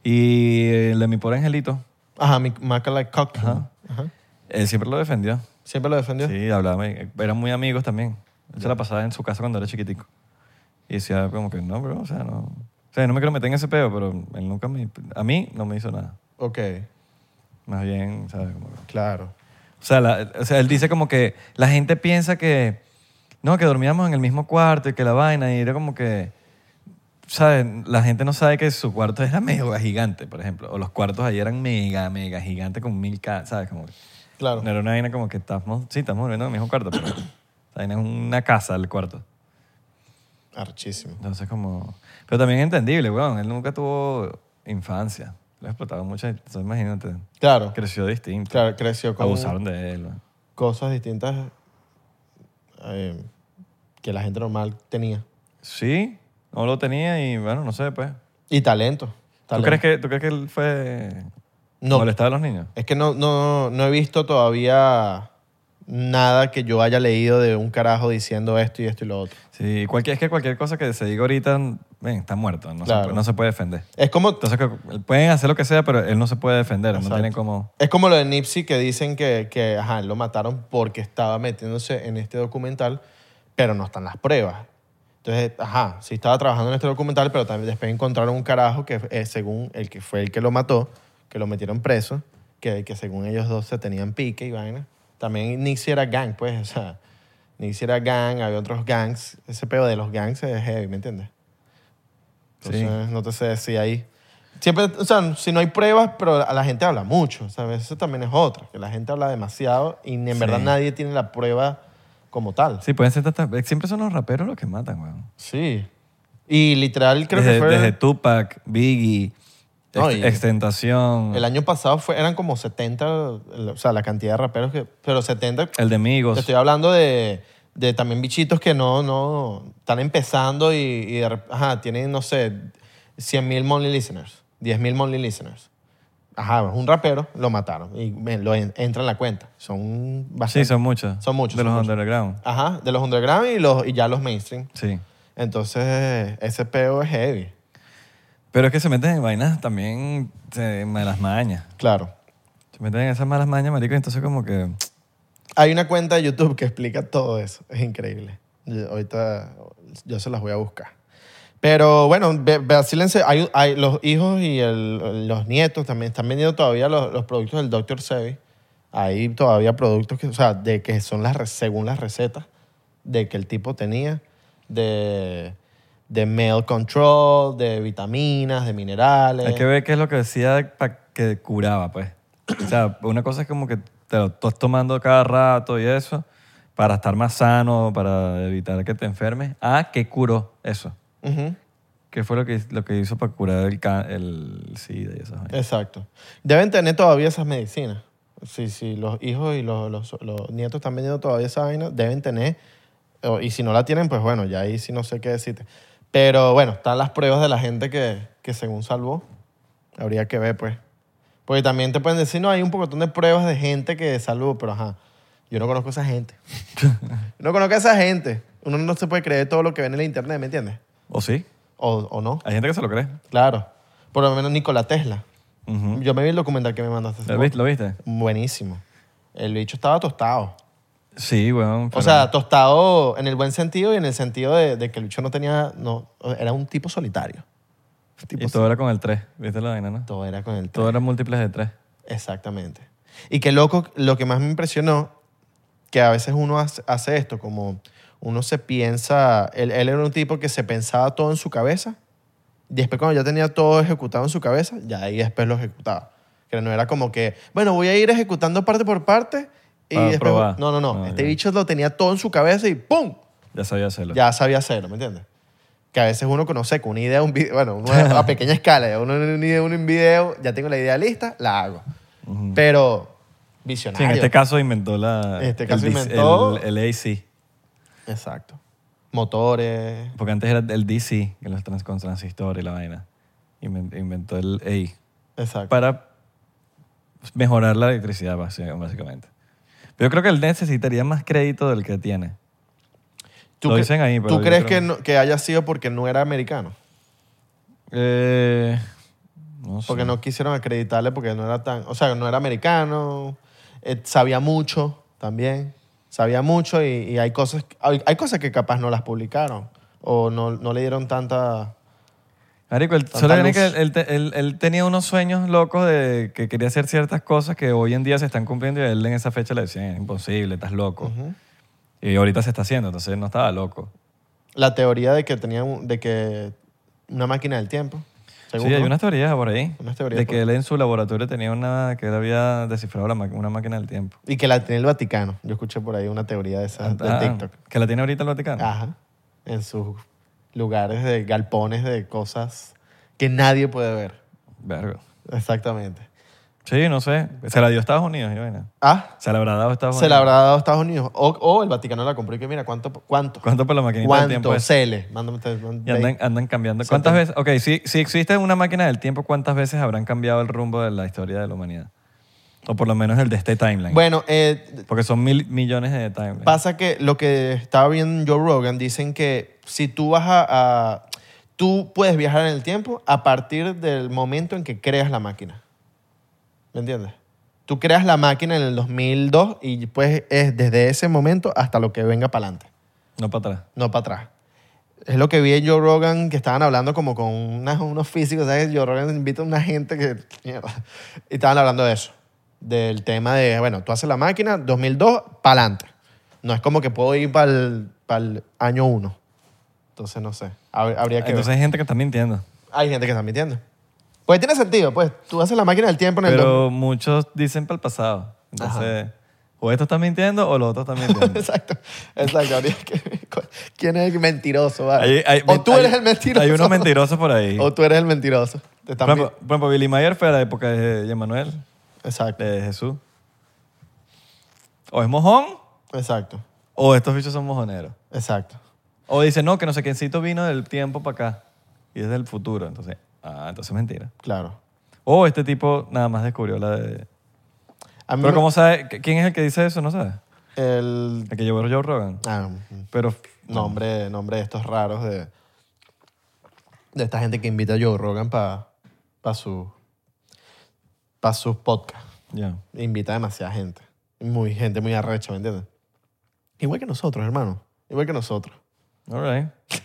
S2: Y eh, el de mi pobre angelito,
S1: Ajá, mi- Macaulay Culkin.
S2: Ajá.
S1: Ajá.
S2: él siempre lo defendió.
S1: ¿Siempre lo defendió?
S2: Sí, hablaba, eran muy amigos también. Él se la pasaba en su casa cuando era chiquitico. Y decía como que no, bro, o sea, no, o sea, no me quiero meter en ese pedo, pero él nunca me, a mí no me hizo nada.
S1: Ok,
S2: Más bien, ¿sabes? Como que-
S1: claro.
S2: O sea, la- o sea, él dice como que la gente piensa que, no, que dormíamos en el mismo cuarto y que la vaina, y era como que, ¿sabes? La gente no sabe que su cuarto era mega gigante, por ejemplo, o los cuartos ahí eran mega, mega gigante con mil ca- ¿sabes? Como que-
S1: Claro.
S2: no era una vaina como que estamos, sí, estamos durmiendo en el mismo cuarto, pero [COUGHS] la vaina es una casa el cuarto.
S1: Archísimo.
S2: Entonces como, pero también es entendible, weón, él nunca tuvo infancia, lo explotaron mucho, entonces imagínate,
S1: Claro.
S2: creció distinto,
S1: Claro, creció con
S2: abusaron de él, weón.
S1: cosas distintas eh, que la gente normal tenía.
S2: Sí, no lo tenía y bueno, no sé, pues.
S1: Y talento.
S2: ¿Tú
S1: talento.
S2: crees, que, ¿Tú crees que él fue...
S1: No.
S2: molestaba a los niños?
S1: Es que no, no, no he visto todavía nada que yo haya leído de un carajo diciendo esto y esto y lo otro.
S2: Sí, cualquier, es que cualquier cosa que se diga ahorita, ven, está muerto, no,
S1: Claro.
S2: se, puede- no se puede defender.
S1: Es como,
S2: Entonces, que- pueden hacer lo que sea, pero él no se puede defender, no
S1: Exacto.
S2: tiene como...
S1: es como lo de Nipsey que dicen que, que, ajá, lo mataron porque estaba metiéndose en este documental, pero no están las pruebas. Entonces, ajá, sí estaba trabajando en este documental, pero también después encontraron un carajo que eh, según el que fue el que lo mató, que lo metieron preso, que, que según ellos dos se tenían pique y vaina. También Nipsey era gang, pues, o sea, Nipsey era gang, había otros gangs. Ese pedo de los gangs es heavy, ¿me entiendes?
S2: Sí.
S1: Entonces, no te sé decir ahí. Siempre, o sea, si no hay pruebas, pero a la gente habla mucho. O sea, eso también es otra, que la gente habla demasiado y en
S2: Sí.
S1: verdad nadie tiene la prueba como tal. Sí.
S2: Sí, pueden ser tantas... Siempre son los raperos los que matan, weón.
S1: Y literal creo
S2: Desde,
S1: que fue...
S2: desde Tupac, Biggie,
S1: No,
S2: Ex-
S1: y-
S2: Extentación,
S1: El
S2: el,
S1: año pasado fue, eran como 70, el- o sea, la cantidad de raperos que... Pero 70...
S2: de Migos.
S1: Estoy hablando de, de también bichitos que no, no... Están empezando y, y de rep- ajá, tienen, no sé, 100.000 monthly listeners, 10.000 monthly listeners. Ajá, es un rapero, lo mataron y men, lo en- entra en la cuenta. Son
S2: Sí,
S1: bastante...
S2: son muchos.
S1: Son muchos,
S2: De
S1: son
S2: los
S1: muchos.
S2: underground.
S1: Ajá, de los underground y, los, y ya los mainstream.
S2: Sí.
S1: Entonces, ese peo es heavy,
S2: Pero es que se meten en vainas también se, malas mañas.
S1: claro.
S2: Se meten en esas malas mañas, marico, y entonces como que...
S1: Hay una cuenta de YouTube que explica todo eso. Es increíble. Yo- ahorita yo se las voy a buscar. Pero bueno, ve- vacílense. Hay, hay los hijos y el- los nietos también están vendiendo todavía los, los productos del Dr. Sebi. Hay todavía productos que, o sea, de que son las, re- según las recetas de que el tipo tenía, de, de meal control, de vitaminas, de minerales.
S2: Hay que ver qué es lo que decía pa- que curaba, pues. O sea, una cosa es como que te lo estás tomando cada rato y eso, para estar más sano, para evitar que te enfermes. Ah, ¿qué curó eso?
S1: Ujú.
S2: ¿Qué fue lo que, lo que hizo para curar el, ca- el SIDA y esas vainas?
S1: Exacto. Deben tener todavía esas medicinas. Sí, sí, los hijos y los, los- los nietos están vendiendo todavía esa vaina. Deben tener O- Y si no la tienen, pues bueno, ya ahí sí no sé qué decirte. Pero bueno, están las pruebas de la gente que, que según salvó. Habría que ver, pues. Porque también te pueden decir, no, hay un pocotón de pruebas de gente que salvó, pero ajá, yo no conozco a esa gente. no conozco a esa gente. Uno no se puede creer todo lo que ven en el internet, ¿me entiendes?
S2: ¿O sí?
S1: O, o no,
S2: Hay gente que se lo cree.
S1: claro. Por lo menos Nikola Tesla.
S2: Ujú.
S1: Yo me vi el documental que me mandaste. hace
S2: ¿Lo viste?
S1: poco.
S2: ¿Lo viste?
S1: Buenísimo. El bicho estaba tostado.
S2: Sí, weón.
S1: O
S2: pero-
S1: sea, tostado en el buen sentido y en el sentido de, de que el bicho no tenía. No, era un tipo solitario. Un tipo
S2: Y todo era con el 3. ¿Viste la vaina, no?
S1: Todo era con el
S2: Todo era múltiples de 3.
S1: Exactamente. Y qué loco, lo que más me impresionó, que a veces uno hace, hace esto, como uno se piensa, él, él era un tipo que se pensaba todo en su cabeza, y después cuando ya tenía todo ejecutado en su cabeza, ya ahí después lo ejecutaba. Que no era como que, bueno, voy a ir ejecutando parte por parte, y
S2: Para
S1: después...
S2: probar.
S1: No, no, no,
S2: Ah,
S1: este
S2: ya.
S1: bicho lo tenía todo en su cabeza y ¡pum!
S2: Ya sabía hacerlo.
S1: Ya sabía hacerlo, ¿me entiendes? Que a veces uno conoce con una idea, un video, bueno, uno a pequeña escala, uno en un idea, uno en video, ya tengo la idea lista, la hago. Pero
S2: Sí,
S1: visionario.
S2: en este caso inventó la...
S1: En este
S2: el
S1: caso
S2: dis-
S1: inventó-
S2: El, el AC.
S1: Exacto. Motores.
S2: Porque antes era el DC, que los trans, con transistor y la vaina. Inven- Inventó el AI.
S1: Exacto.
S2: para mejorar la electricidad, basi- básicamente. Pero yo creo que él necesitaría más crédito del que tiene.
S1: ¿Tú
S2: lo
S1: cre-
S2: dicen ahí, pero
S1: ¿Tú
S2: yo
S1: crees que,
S2: creo-
S1: no- que haya sido porque no era americano?
S2: Eh, no sé.
S1: Porque no quisieron acreditarle porque no era tan... O sea, no era americano, eh, sabía mucho también. Sabía mucho y, y hay, cosas, hay, hay cosas que capaz no las publicaron o no, no le dieron tanta...
S2: Marico, él,
S1: Tanta
S2: solo tiene
S1: luz.
S2: que- él te- él- él tenía unos sueños locos de que quería hacer ciertas cosas que hoy en día se están cumpliendo y a él en esa fecha le decían, es imposible, estás loco. Y ahorita se está haciendo, entonces él no estaba loco.
S1: la teoría de que tenía un- de que una máquina del tiempo. según
S2: Sí, hay
S1: tú.
S2: unas teorías por ahí.
S1: Unas teorías
S2: de
S1: por
S2: que él en su laboratorio tenía una, que él había descifrado la ma- una máquina del tiempo.
S1: Y que la tenía el Vaticano. Yo escuché por ahí una teoría de esa
S2: Ah,
S1: de TikTok. Ah.
S2: Que la tiene ahorita el Vaticano.
S1: Ajá. En sus lugares de galpones de cosas que nadie puede ver.
S2: Verga.
S1: Exactamente.
S2: Sí, no sé. Se la dio a Estados Unidos, y vaina.
S1: Ah,
S2: Se la habrá dado a Estados
S1: se
S2: Unidos.
S1: la habrá dado a Estados Unidos. O, o el Vaticano la compró y que mira, ¿cuánto? ¿Cuánto?
S2: ¿Cuánto por la maquinita del tiempo?
S1: ¿Cuánto?
S2: es?
S1: Cele. Mándame ustedes,
S2: Y
S1: mándame
S2: andan,
S1: ahí.
S2: andan cambiando.
S1: Sí,
S2: ¿Cuántas
S1: sí.
S2: veces? Ok, si, si existe una máquina del tiempo, ¿cuántas veces habrán cambiado el rumbo de la historia de la humanidad? O por lo menos el de este timeline.
S1: Bueno, eh,
S2: Porque son mil millones de timelines.
S1: Pasa que lo que estaba viendo Joe Rogan, dicen que si tú vas a, a- Tú puedes viajar en el tiempo a partir del momento en que creas la máquina. ¿Me entiendes? Tú creas la máquina en el 2002 y pues es desde ese momento hasta lo que venga para adelante,
S2: No para atrás.
S1: no para atrás. Es lo que vi en Joe Rogan, que estaban hablando como con unas- unos físicos, ¿sabes? Joe Rogan invita a una gente que... Mierda. Y estaban hablando de eso, del tema de, bueno, tú haces la máquina, 2002, para adelante. No es como que puedo ir para el, año 1. Entonces, no sé. Hab- Habría que ver.
S2: Entonces hay gente que está mintiendo.
S1: Hay gente que está mintiendo. Pues tiene sentido, pues. Tú haces la máquina del tiempo en el... dos- [LAUGHS]
S2: Pero muchos dicen para el pasado. Entonces, o esto está mintiendo o los otros
S1: [LAUGHS]
S2: están mintiendo.
S1: Exacto, exacto. Habría que ver cuál- ¿Quién es el mentiroso? vale?
S2: Hay- hay-
S1: o tú
S2: hay-
S1: eres el mentiroso.
S2: Hay unos mentirosos por ahí.
S1: [LAUGHS] O tú eres el mentiroso. Te están
S2: Por ejemplo, por ejemplo, Billy Mayer fue a la época de Emanuel.
S1: Exacto,
S2: de Jesús. O es mojón,
S1: exacto,
S2: o estos bichos son mojoneros.
S1: exacto.
S2: O dice, no, que no sé quiéncito vino del tiempo para acá y es del futuro. Entonces, ah, entonces mentira.
S1: Claro.
S2: O este tipo nada más descubrió la de.
S1: A mí
S2: Pero,
S1: me-
S2: ¿cómo sabe? ¿Qui- ¿Quién es el que dice eso? No sabes.
S1: El...
S2: El que llevó a Joe Rogan.
S1: ah,
S2: Pero,
S1: nombre, nombre de estos raros de... De esta gente que invita a Joe Rogan para pa su... Para sus podcasts.
S2: ya.
S1: invita demasiada gente. Muy gente, muy arrecha, ¿me entiendes? Igual que nosotros, hermano. Igual que nosotros.
S2: All right.
S1: [LAUGHS]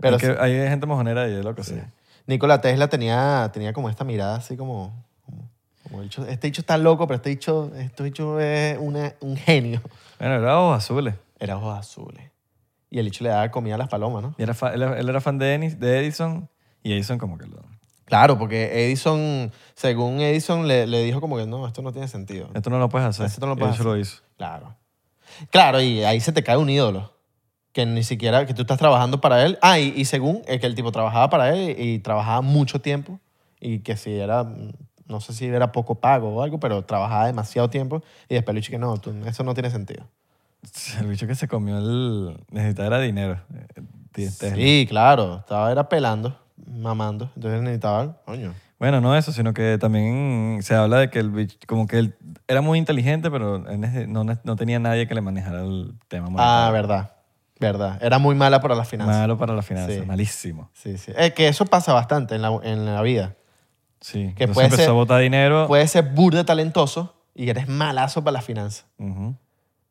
S1: Pero
S2: Hay que- hay gente mojonera ahí, es lo que sí.
S1: Eh, Nikola Tesla tenía, tenía como esta mirada así como... como, como el bicho- este bicho está loco, pero este bicho, este bicho es una- un genio.
S2: Bueno, era ojos azules.
S1: Era ojos azules. Y el bicho le daba comida a las palomas, ¿no?
S2: Y era fa- él, él era fan de, Enis- de Edison y Edison como que lo.
S1: Claro, porque Edison, según Edison, le, le dijo como que no, esto no tiene sentido.
S2: Esto no lo puedes hacer.
S1: Esto no lo
S2: Y
S1: puedes
S2: eso lo hizo. [LAUGHS]
S1: Claro. Claro, y ahí se te cae un ídolo. Que ni siquiera, que tú estás trabajando para él. Ah, y, y según eh, que el tipo trabajaba para él y, trabajaba mucho tiempo. Y que si era, mm, no sé si era poco pago o algo, pero trabajaba demasiado tiempo. Y después le dije que no, tú- eso no tiene sentido.
S2: El bicho que se comió el... Necesitaba era dinero. Eh, Tesla.
S1: Sí, claro. Estaba era pelando, mamando. Entonces necesitaban, coño.
S2: Bueno, no eso, sino que también se habla de que el bicho, como que él era muy inteligente, pero él nece- no, ne- no tenía nadie que le manejara el tema
S1: Ah,
S2: monetario.
S1: verdad. Verdad. Era muy mala para las finanzas.
S2: Malo para las finanzas,
S1: Sí.
S2: malísimo.
S1: Sí, sí. Es que eso pasa bastante en la, en la vida.
S2: Sí,
S1: Que
S2: entonces
S1: puede
S2: empezó
S1: ser-
S2: a botar dinero.
S1: Puedes ser burde talentoso y eres malazo para las finanzas.
S2: Ujú.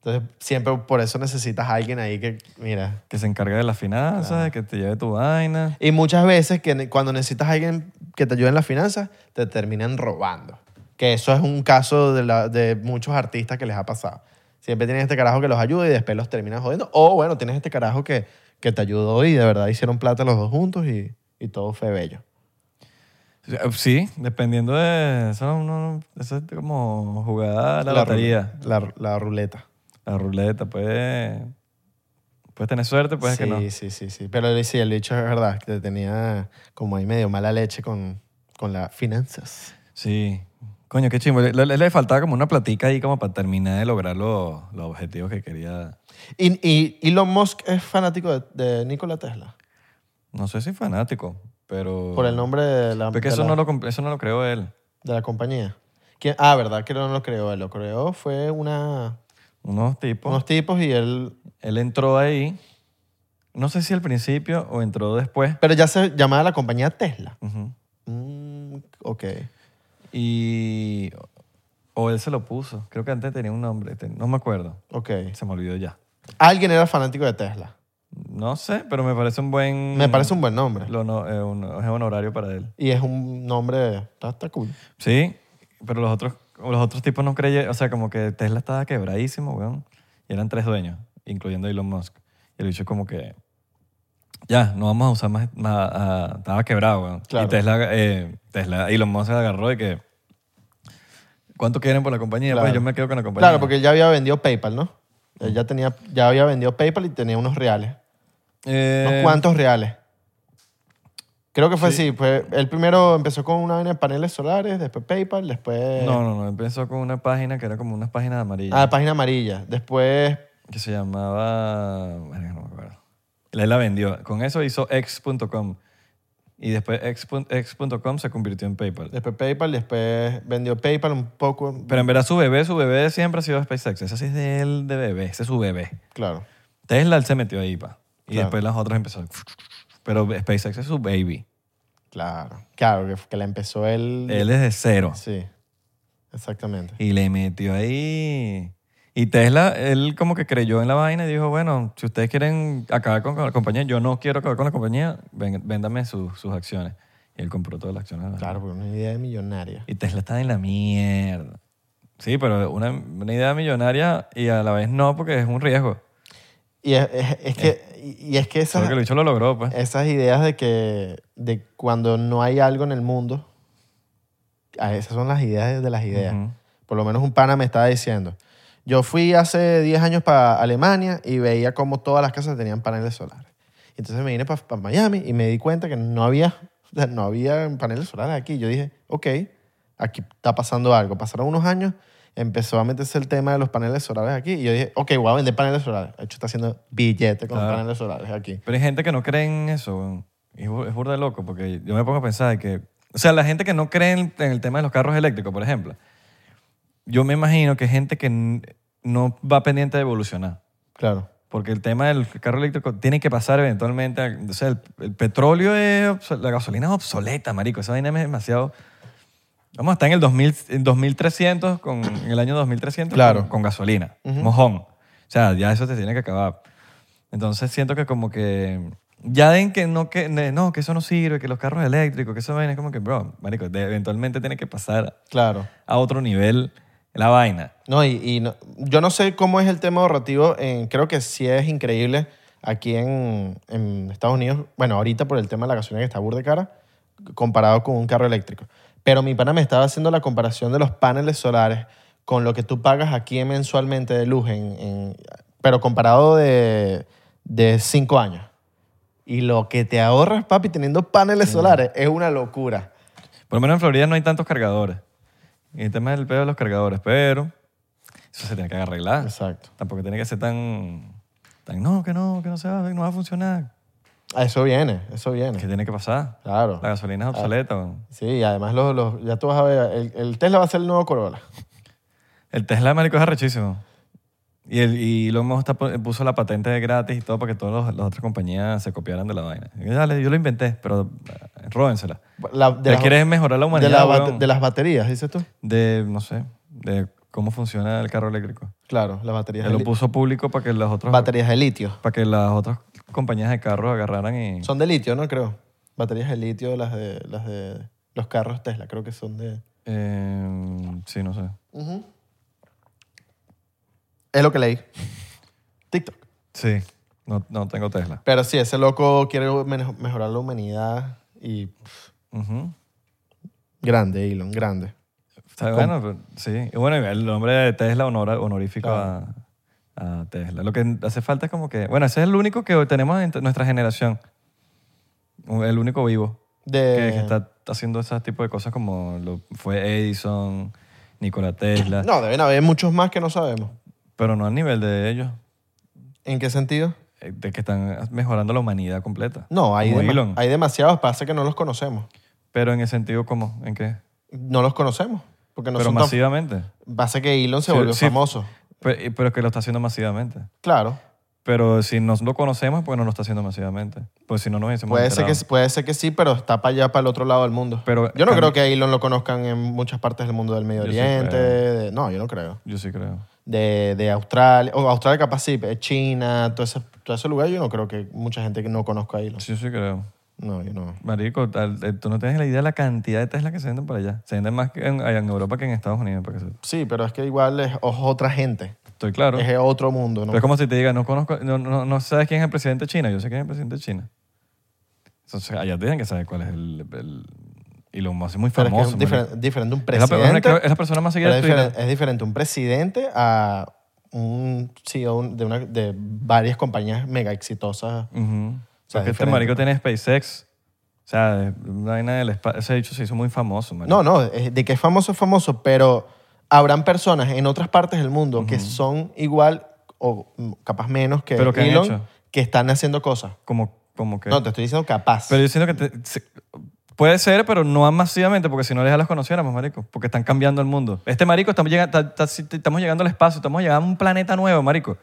S1: Entonces, siempre por eso necesitas a alguien ahí que, mira.
S2: Que se encargue de las finanzas, que te lleve tu vaina.
S1: Y muchas veces que ne- cuando necesitas a alguien que te ayude en las finanzas, te terminan robando. Que eso es un caso de, la- de muchos artistas que les ha pasado. Siempre tienes este carajo que los ayuda y después los terminan jodiendo. O bueno, tienes este carajo que, que te ayudó y de verdad hicieron plata los dos juntos y, y todo fue bello. ah,
S2: Sí, dependiendo de... Eso, uno- eso es como jugar a la, lotería.
S1: ru- La, la ruleta.
S2: La ruleta, puedes... Puedes tener suerte, puedes
S1: sí,
S2: Pues que no.
S1: sí, sí, sí. Pero el- sí, el dicho es verdad, que tenía como ahí medio mala leche con, con las finanzas.
S2: Sí. Coño, qué chimbo. Le, le- le faltaba como una platica ahí como para terminar de lograr lo- los objetivos que quería.
S1: Y, y Elon Musk es fanático de, de Nikola Tesla.
S2: No sé si fanático, pero...
S1: Por el nombre de la,
S2: Porque
S1: de
S2: eso
S1: la-
S2: no, lo, comp- eso no lo creó él.
S1: de la compañía. ¿Quién? Ah, verdad que no lo creó él. Lo creó fue una,
S2: Unos tipos...
S1: unos tipos y él...
S2: Él entró ahí, no sé si al principio o entró después.
S1: Pero ya se llamaba la compañía Tesla.
S2: Ujú.
S1: Mm, ok.
S2: Y... O él se lo puso. Creo que antes tenía un nombre. te- No me acuerdo.
S1: Ok.
S2: Se me olvidó ya.
S1: Alguien era fanático de Tesla.
S2: No sé, pero me parece un buen...
S1: Me parece un buen nombre.
S2: Mm. lo no- eh, un- es honorario para él.
S1: Y es un nombre... Está, está cool.
S2: Sí, pero los otros, los otros tipos no creyeron. O sea, como que Tesla estaba quebradísimo, weón. Y eran tres dueños, incluyendo Elon Musk. Y el bicho como que... Ya, no vamos a usar más... ma- a- estaba quebrado, weón.
S1: Claro.
S2: Y Tesla, eh, Tesla, Elon Musk se agarró y que... ¿Cuánto quieren por la compañía?
S1: Claro.
S2: Pues yo me quedo con la compañía.
S1: Claro, porque él ya había vendido PayPal, ¿no? Él ya, tenía, ya había vendido PayPal y tenía unos reales.
S2: Eh,
S1: ¿Unos cuantos reales? Creo que fue así. Fue, él primero empezó con una vaina de paneles solares, después PayPal, después...
S2: No, no, no. Empezó con una página que era como unas páginas amarillas.
S1: eh. Ah, página amarilla. Después...
S2: que se llamaba. verga, no me acuerdo. Él la vendió. Con eso hizo X.com. Y después X pun- X.com se convirtió en PayPal.
S1: Después PayPal, después vendió PayPal un poco.
S2: Pero en verdad su bebé, su bebé siempre ha sido SpaceX. Ese sí es de él, de bebé. Ese es su bebé.
S1: Claro.
S2: Tesla él se metió ahí, pa. Y
S1: Claro.
S2: después las otras empezaron. Pero SpaceX es su baby.
S1: Claro. Claro, que, que la empezó él.
S2: Él es de cero.
S1: Sí. Exactamente.
S2: Y le metió ahí. Y Tesla, él como que creyó en la vaina y dijo, bueno, si ustedes quieren acabar con, con la compañía, yo no quiero acabar con la compañía, ven- véndame sus- sus acciones. Y él compró todas las acciones. de la
S1: Claro, porque una idea de millonaria.
S2: Y Tesla está en la mierda. Sí, pero una, una idea millonaria y a la vez no, porque es un riesgo.
S1: Y es, es- es que, y, y es que esas,
S2: Solo Eh. que el bicho lo logró, pues.
S1: esas ideas de que de cuando no hay algo en el mundo, ah, esas son las ideas de las ideas.
S2: Ujú.
S1: Por lo menos un pana me estaba diciendo. Yo fui hace 10 años para Alemania y veía como todas las casas tenían paneles solares. Entonces me vine para Miami y me di cuenta que no había, [LAUGHS] o sea, no había paneles solares aquí. Yo dije, ok, aquí está pasando algo. Pasaron unos años, empezó a meterse el tema de los paneles solares aquí y yo dije, ok, voy a vender paneles solares. De hecho, está haciendo billete con los
S2: Claro.
S1: paneles solares aquí.
S2: Pero hay gente que no cree en eso, weón. Y Es, bu- es burda de loco, porque yo me pongo a pensar de que... O sea, la gente que no cree en, en el tema de los carros eléctricos, por ejemplo. Yo me imagino que es gente que n- no va pendiente de evolucionar.
S1: Claro.
S2: Porque el tema del carro eléctrico tiene que pasar eventualmente. a- O sea, el, el petróleo es. obso- La gasolina es obsoleta, marico. Esa vaina es demasiado. Vamos a estar en el 2000, en 2300, con, en el año 2300,
S1: Claro.
S2: con, con gasolina. Mojón. O sea, ya eso te tiene que acabar. Entonces siento que, como que. Ya den que no, que ne- no, que eso no sirve, que los carros eléctricos, que eso vaina es como que, bro, marico, de- eventualmente tiene que pasar
S1: Claro.
S2: a otro nivel la vaina.
S1: No, y, y no- yo no sé cómo es el tema ahorrativo. en- creo que sí es increíble aquí en, en Estados Unidos. Bueno, ahorita por el tema de la gasolina que está burda de cara, comparado con un carro eléctrico. Pero mi pana me estaba haciendo la comparación de los paneles solares con lo que tú pagas aquí mensualmente de luz, en, en- pero comparado de, de cinco años. Y lo que te ahorras, papi, teniendo paneles solares es una locura.
S2: Por lo menos en Florida no hay tantos cargadores. Y el tema del pedo de los cargadores, pero eso se tiene que arreglar.
S1: Exacto.
S2: Tampoco tiene que ser tan, tan no, que no, que no se va, no va a funcionar.
S1: Ah, Eso viene, eso viene.
S2: ¿Qué tiene que pasar?
S1: Claro.
S2: La gasolina es obsoleta. weón.
S1: Sí, y además los, los- ya tú vas a ver, el, el Tesla va a ser el nuevo Corolla.
S2: El Tesla, marico, es arrechísimo. Y, el, y Elon Musk está pu- puso la patente de gratis y todo para que todas las- las otras compañías se copiaran de la vaina. Y dale, yo lo inventé, pero eh, róbensela.
S1: La, de
S2: ¿Le
S1: las-
S2: quieres mejorar la humanidad,
S1: De, la bate-
S2: weón?
S1: de las baterías, dices tú.
S2: De, no sé, de cómo funciona el carro eléctrico.
S1: Claro, las baterías,
S2: Él
S1: de,
S2: lo
S1: li-
S2: puso público para que las otras,
S1: baterías de litio.
S2: para que las otras compañías de carros agarraran y...
S1: Son de litio, ¿no? Creo. Baterías de litio, las de, las de los carros Tesla, creo que son de...
S2: Eh, sí, no sé.
S1: Es lo que leí. TikTok.
S2: Sí, no, no tengo Tesla.
S1: Pero sí, ese loco quiere men- mejorar la humanidad y... pff,
S2: Ujú.
S1: grande, Elon, grande.
S2: Está bueno, pero- sí. Y bueno, el nombre de Tesla honora, honorífico
S1: Claro.
S2: a, a Tesla. Lo que hace falta es como que... Bueno, ese es el único que tenemos en t- nuestra generación. El único vivo
S1: De...
S2: que, que está haciendo ese tipo de cosas como lo fue Edison, Nikola Tesla,
S1: No, deben haber muchos más que no sabemos.
S2: pero no al nivel de ellos,
S1: ¿En qué sentido?
S2: eh, de que están mejorando la humanidad completa.
S1: No, hay,
S2: Como
S1: dema-
S2: Elon.
S1: hay demasiados, pasa que no los conocemos.
S2: Pero en el sentido como, ¿en qué?
S1: No los conocemos. Porque no
S2: pero
S1: son tan-
S2: masivamente.
S1: Pasa que Elon se
S2: Sí,
S1: volvió
S2: sí.
S1: famoso.
S2: Pe- y- Pero es que lo está haciendo masivamente.
S1: Claro.
S2: Pero si nos lo conocemos, es porque no lo está haciendo masivamente. Pues si no nos hubiésemos
S1: Puede ser, que,
S2: enterado.
S1: sí- puede ser que sí, pero está para allá, para el otro lado del mundo.
S2: Pero
S1: yo no
S2: también-
S1: creo que a Elon lo conozcan en muchas partes del mundo del Medio
S2: Yo sí
S1: Oriente.
S2: creo.
S1: de- no, yo no creo.
S2: Yo sí creo.
S1: De, de Australia, o Australia capaz sí, pero China, todo ese, todo ese lugar, yo no creo que mucha gente que no conozca a Elon.
S2: Sí, Yo sí creo.
S1: No, yo no.
S2: Marico, tal- eh, tú no tienes la idea de la cantidad de Tesla que se venden para allá. Se venden más que en, allá en Europa que en Estados Unidos. para que se-
S1: Sí, pero es que igual es, es otra gente.
S2: Estoy claro.
S1: Es otro mundo, ¿no?
S2: Pero es como si te diga, no conozco, no, no, no sabes quién es el presidente de China. Yo sé quién es el presidente de China. Entonces, allá tienen que saber cuál es el. el Elon Musk es muy
S1: Pero es que
S2: famoso.
S1: es
S2: marico.
S1: diferente, diferente un
S2: Es la pe-
S1: presidente.
S2: creo- es la persona más seguida
S1: pero
S2: de
S1: es, diferente,
S2: Twitter.
S1: es diferente un presidente a un CEO de, una, de varias compañías mega exitosas.
S2: Ujú.
S1: O sea,
S2: Porque este
S1: diferente.
S2: marico tiene SpaceX. O sea, es una vaina del espacio. Ese dicho se hizo muy famoso, marico.
S1: No, no, es- de que es famoso es famoso, pero habrán personas en otras partes del mundo que son igual o mm, capaz menos que
S2: Pero que han
S1: Elon
S2: hecho.
S1: que están haciendo cosas.
S2: Como, como que.
S1: No, te estoy diciendo capaz.
S2: Pero yo siento que te- se- puede ser, pero no masivamente, porque si no ya las conociéramos, marico, porque están cambiando el mundo. Este marico, estamos, llega- ta- ta- si- estamos llegando al espacio, estamos llegando a un planeta nuevo, marico. O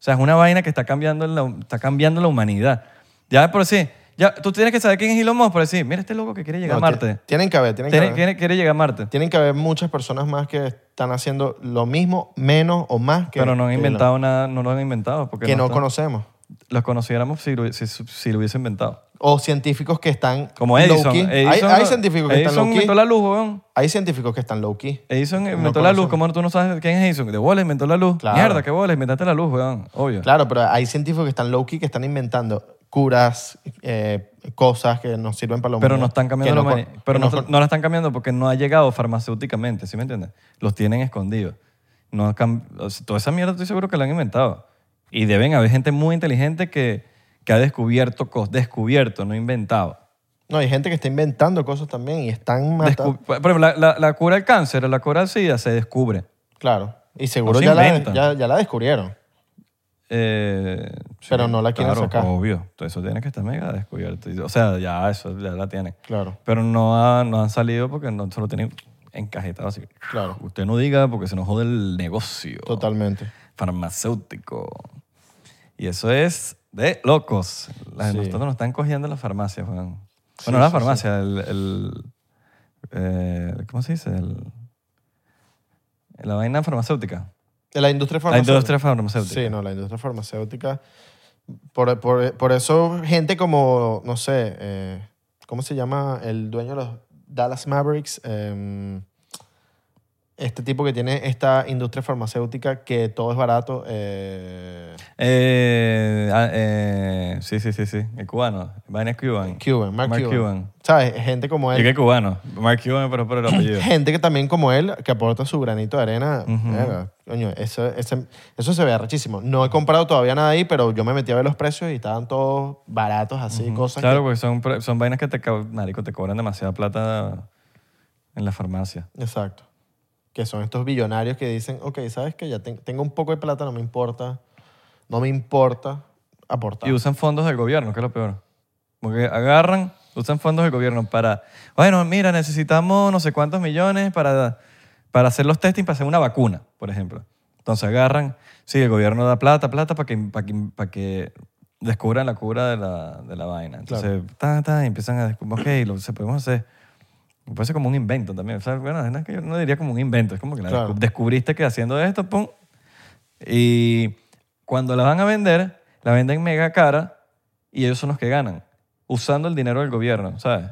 S2: sea, es una vaina que está cambiando la, está cambiando la humanidad. Ya de por sí, ya, tú tienes que saber quién es Elon Musk por decir, mira este loco que quiere llegar
S1: No,
S2: a Marte.
S1: ti- Tienen que haber, tienen que
S2: Tiene-
S1: haber.
S2: tiene- quiere llegar a Marte.
S1: Tienen que haber muchas personas más que están haciendo lo mismo, menos o más que
S2: Pero no han
S1: que Elon,
S2: inventado nada, no lo han inventado. Porque
S1: que no
S2: está-
S1: conocemos.
S2: Los conociéramos si lo, si- si lo hubiese inventado.
S1: o científicos que están
S2: Como Edison.
S1: low-key. Hay-
S2: Edison
S1: hay,
S2: no-
S1: científicos que
S2: Edison
S1: están low-key.
S2: inventó la luz, weón.
S1: Hay científicos que están low-key.
S2: Edison
S1: No
S2: inventó la luz.
S1: conocemos.
S2: ¿Cómo tú no sabes quién es Edison? De bola inventó la luz.
S1: Claro.
S2: Mierda, qué bola, inventaste la luz, weón. Obvio.
S1: Claro, pero hay científicos que están low-key que están inventando curas, eh, cosas que nos sirven para la humanidad.
S2: Pero no están cambiando
S1: que
S2: la
S1: no
S2: humanidad.
S1: con-
S2: Pero
S1: que no
S2: no,
S1: con-
S2: no la están cambiando porque no ha llegado farmacéuticamente, ¿sí me entiendes? Los tienen escondidos. No ha cam- o sea, toda esa mierda estoy seguro que la han inventado. Y deben haber gente muy inteligente que, que ha descubierto cosas. Descubierto, no inventado.
S1: No, hay gente que está inventando cosas también y están matando.
S2: Descu- Por ejemplo, la, la- la cura al cáncer, la cura al SIDA se descubre.
S1: Claro. Y seguro
S2: No se
S1: ya, la,
S2: inventan.
S1: ya, ya la descubrieron.
S2: Eh, sí,
S1: Pero no la quieren
S2: claro,
S1: sacar.
S2: Obvio, Todo eso tiene que estar mega descubierto. Y- O sea, ya eso ya la tienen.
S1: Claro.
S2: Pero no, ha- no han salido porque no se lo tienen encajetado así.
S1: Claro.
S2: Usted no diga porque se nos jode el negocio
S1: Totalmente.
S2: farmacéutico. Y eso es de locos. La-
S1: Sí.
S2: Nosotros nos están cogiendo las farmacias, weón. Bueno, no la farmacia, el, el- eh, ¿Cómo se dice? El- la vaina farmacéutica.
S1: De la industria
S2: La
S1: farmacéutica.
S2: industria farmacéutica.
S1: Sí, no, la industria farmacéutica. Por, por- por eso, gente como, no sé, eh, ¿cómo se llama el dueño de los Dallas Mavericks? Eh, este tipo que tiene esta industria farmacéutica que todo es barato. eh,
S2: Eh, ah, eh, sí, sí, sí, sí. El cubano. Vaina es Cuban.
S1: Cuban, Mark, Cuban. ¿Sabes? Gente como
S2: Yo que
S1: él.
S2: cubano. Mark Cuban, pero por el apellido.
S1: Gente que también como él, que aporta su granito de arena. Verga, coño, eso, ese- eso se ve rechísimo. No he comprado todavía nada ahí, pero yo me metí a ver los precios y estaban todos baratos, así, cosas que-
S2: claro, porque son, pre- son vainas que te, co- marico, te cobran demasiada plata en la farmacia.
S1: Exacto. que son estos billonarios que dicen, ok, ¿sabes qué? Ya ten- tengo un poco de plata, no me importa, no me importa aportar.
S2: Y usan fondos del gobierno, que es lo peor. Porque agarran, usan fondos del gobierno para, bueno, mira, necesitamos no sé cuántos millones para, para hacer los testing, para hacer una vacuna, por ejemplo. Entonces agarran, sí, el gobierno da plata, plata para que, para que, para que descubran la cura de la, de la vaina. Entonces, ta, ta, y empiezan a descubrir, ok, lo se podemos hacer. Puede ser como un invento también. O sea, bueno, no es que yo no diría como un invento, es como que la
S1: Claro.
S2: descu- descubriste que haciendo esto, pum, y cuando la van a vender, la venden mega cara y ellos son los que ganan, usando el dinero del gobierno, ¿sabes?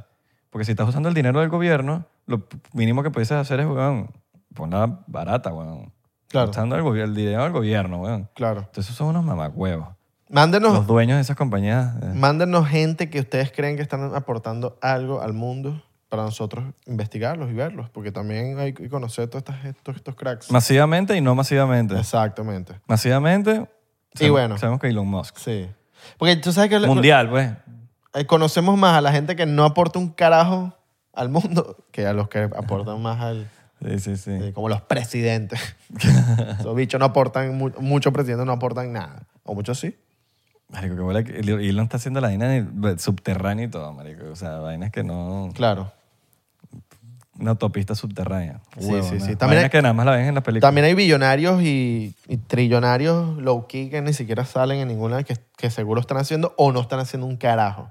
S2: Porque si estás usando el dinero del gobierno, lo p- mínimo que puedes hacer es, weón, ponla barata, weón.
S1: Claro.
S2: Usando el, gobi- el dinero del gobierno, weón.
S1: Claro.
S2: Entonces son
S1: [LAUGHS]
S2: unos mamagüevos.
S1: Mándenos,
S2: Los dueños de esas compañías. eh.
S1: Mándenos gente que ustedes creen que están aportando algo al mundo para nosotros investigarlos y verlos, porque también hay que conocer todos estos, estos, estos cracks.
S2: Masivamente y no masivamente.
S1: Exactamente.
S2: Masivamente.
S1: Y bueno.
S2: Sabemos que Elon Musk.
S1: Sí. Porque tú sabes que le-
S2: Mundial, pues.
S1: eh, conocemos más a la gente que no aporta un carajo al mundo que a los que aportan más al...
S2: Sí, sí, sí.
S1: eh, como los presidentes. Esos bichos no aportan, mu- muchos presidentes no aportan nada. O muchos sí.
S2: Marico, que bola que el- Elon está haciendo la vaina de- subterránea y todo, marico. O sea, vainas que no...
S1: Claro.
S2: Una autopista subterránea.
S1: Sí,
S2: Huevo,
S1: sí, sí.
S2: nada.
S1: También
S2: Vainas
S1: hay-
S2: que nada más la ven en las películas.
S1: También hay billonarios y, y trillonarios low-key que ni siquiera salen en ninguna, que, que seguro están haciendo o no están haciendo un carajo.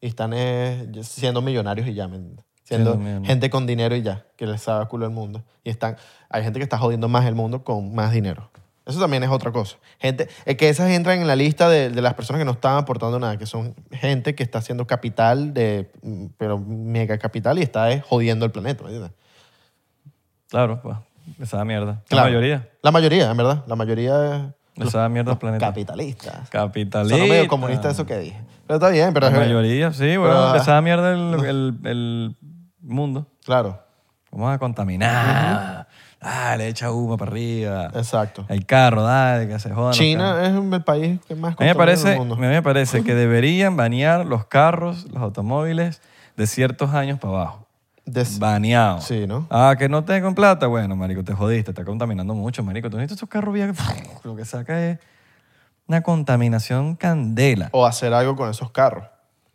S1: Y están eh, siendo millonarios y ya, ¿me entiendes? Siendo
S2: Siendo millonarios.
S1: gente con dinero y ya, que les sabe a culo el mundo. Y están, hay gente que está jodiendo más el mundo con más dinero. Eso también es otra cosa. Gente, es que esas entran en la lista de, de las personas que no están aportando nada, que son gente que está haciendo capital, de, pero mega capital y está eh, jodiendo el planeta, ¿me entiendes?
S2: Claro, pues. Esa mierda.
S1: Claro.
S2: La mayoría.
S1: La mayoría, en verdad. La mayoría es
S2: Esa mierda del planeta.
S1: capitalistas.
S2: Capitalista.
S1: Son medio eh. comunista eso que dije. Pero está bien, pero
S2: La mayoría, sí,
S1: Pero-
S2: bueno. Esa mierda el, el, el mundo.
S1: Claro,
S2: Vamos a contaminar. Dale, echa humo para arriba.
S1: exacto.
S2: El carro, dale, que se jodan. los carros.
S1: China es el país que más
S2: A mí
S1: contamina
S2: me
S1: en
S2: parece,
S1: el mundo.
S2: a mí me parece que deberían banear los carros, los automóviles, de ciertos años para abajo.
S1: Des-
S2: Baneado.
S1: Sí, ¿no?
S2: Ah, que no tengo plata. Bueno, marico, te jodiste, está contaminando mucho, marico. Tú necesitas esos carros viejos. [LAUGHS] Lo que saca es una contaminación candela.
S1: O hacer algo con esos carros.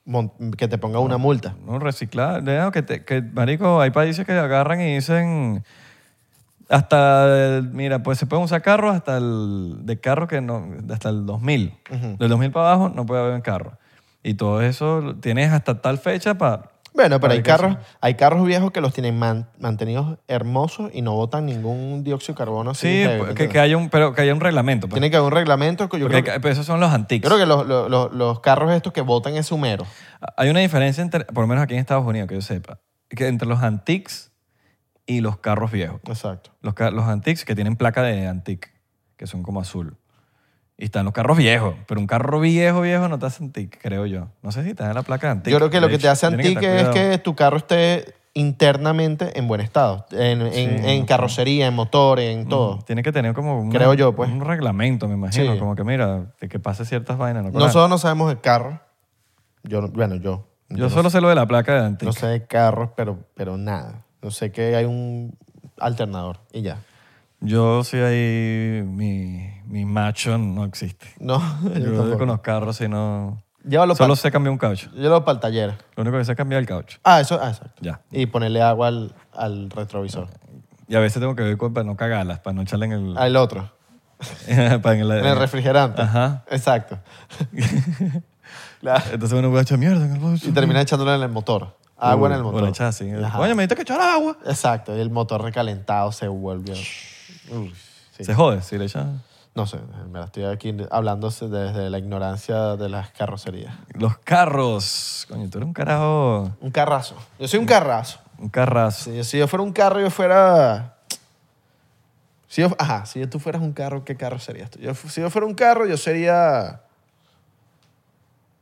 S1: Mon- Que te ponga una multa.
S2: No, reciclar. Leo, Que te- que, marico, hay países que agarran y dicen hasta, el- mira, pues se pueden usar carros hasta el, de carro que no, hasta el 2000. Del 2000 para abajo no puede haber un carro. Y todo eso lo tienes hasta tal fecha para...
S1: Bueno, pero hay
S2: Marico,
S1: carros, hay carros viejos que los tienen man- mantenidos hermosos y no botan ningún dióxido de carbono. así
S2: Sí,
S1: heavy, ¿me
S2: pues, que,
S1: entiendes?
S2: que haya un, pero que haya un reglamento. pues.
S1: Tiene que haber un reglamento. que Yo creo
S2: Porque
S1: que,
S2: hay- pero esos son los
S1: yo
S2: antiguos.
S1: creo que los, los- los- los carros estos que botan es humero.
S2: Hay una diferencia entre, por lo menos aquí en Estados Unidos, que yo sepa, que entre los antiques y los carros viejos.
S1: Exacto.
S2: Los, ca- los antiques que tienen placa de antique, que son como azul. Y están los carros viejos, pero un carro viejo, viejo no te hace antique, creo yo. No sé si te da la placa de antique.
S1: Yo creo que lo que te hace
S2: antique
S1: antique es que tu carro esté internamente en buen estado, en, en- en carrocería, en motor,
S2: Mm.
S1: en todo.
S2: Tiene que tener como una-
S1: Creo yo, pues.
S2: un reglamento, me imagino.
S1: Sí.
S2: Como que mira, de que pase ciertas vainas. No, Coraje.
S1: Nosotros no sabemos de carro. Yo, no- bueno, yo.
S2: yo solo sé lo de la placa de antique.
S1: No sé de carros, pero, pero nada. No sé que hay un alternador y ya.
S2: Yo sí ahí, mi, mi macho no existe.
S1: No, [LAUGHS] yo,
S2: Yo
S1: tampoco.
S2: con los carros, si no...
S1: Llévalo
S2: Solo
S1: para
S2: sé cambiar un caucho.
S1: el taller.
S2: Lo único que sé es cambiar el caucho.
S1: Ah, eso, ah, exacto.
S2: Ya.
S1: Y ponerle agua al, al retrovisor.
S2: Y a veces tengo que ver con- para no cagarlas, para no echarle en el...
S1: Al otro.
S2: [LAUGHS] para en el-
S1: En el refrigerante.
S2: Ajá.
S1: [LAUGHS] Exacto. Claro.
S2: Entonces uno puede echar mierda en el bolso.
S1: Y termina echándole en el motor. Agua en el
S2: O-
S1: motor.
S2: O la echas Uh, así.
S1: Ajá.
S2: Coño, me diste que echar agua.
S1: Exacto, y el motor recalentado se volvió. Uy, sí.
S2: Se jode si le echas.
S1: No sé, en verdad, estoy aquí hablando desde la ignorancia de las carrocerías.
S2: Los carros. Coño, tú eres un carajo.
S1: Un carrazo. Yo soy un carrazo.
S2: Un carrazo.
S1: Si, si yo fuera un carro, yo fuera... Si yo, ajá, si tú fueras un carro, ¿qué carro serías tú? Yo fu- si yo fuera un carro, yo sería...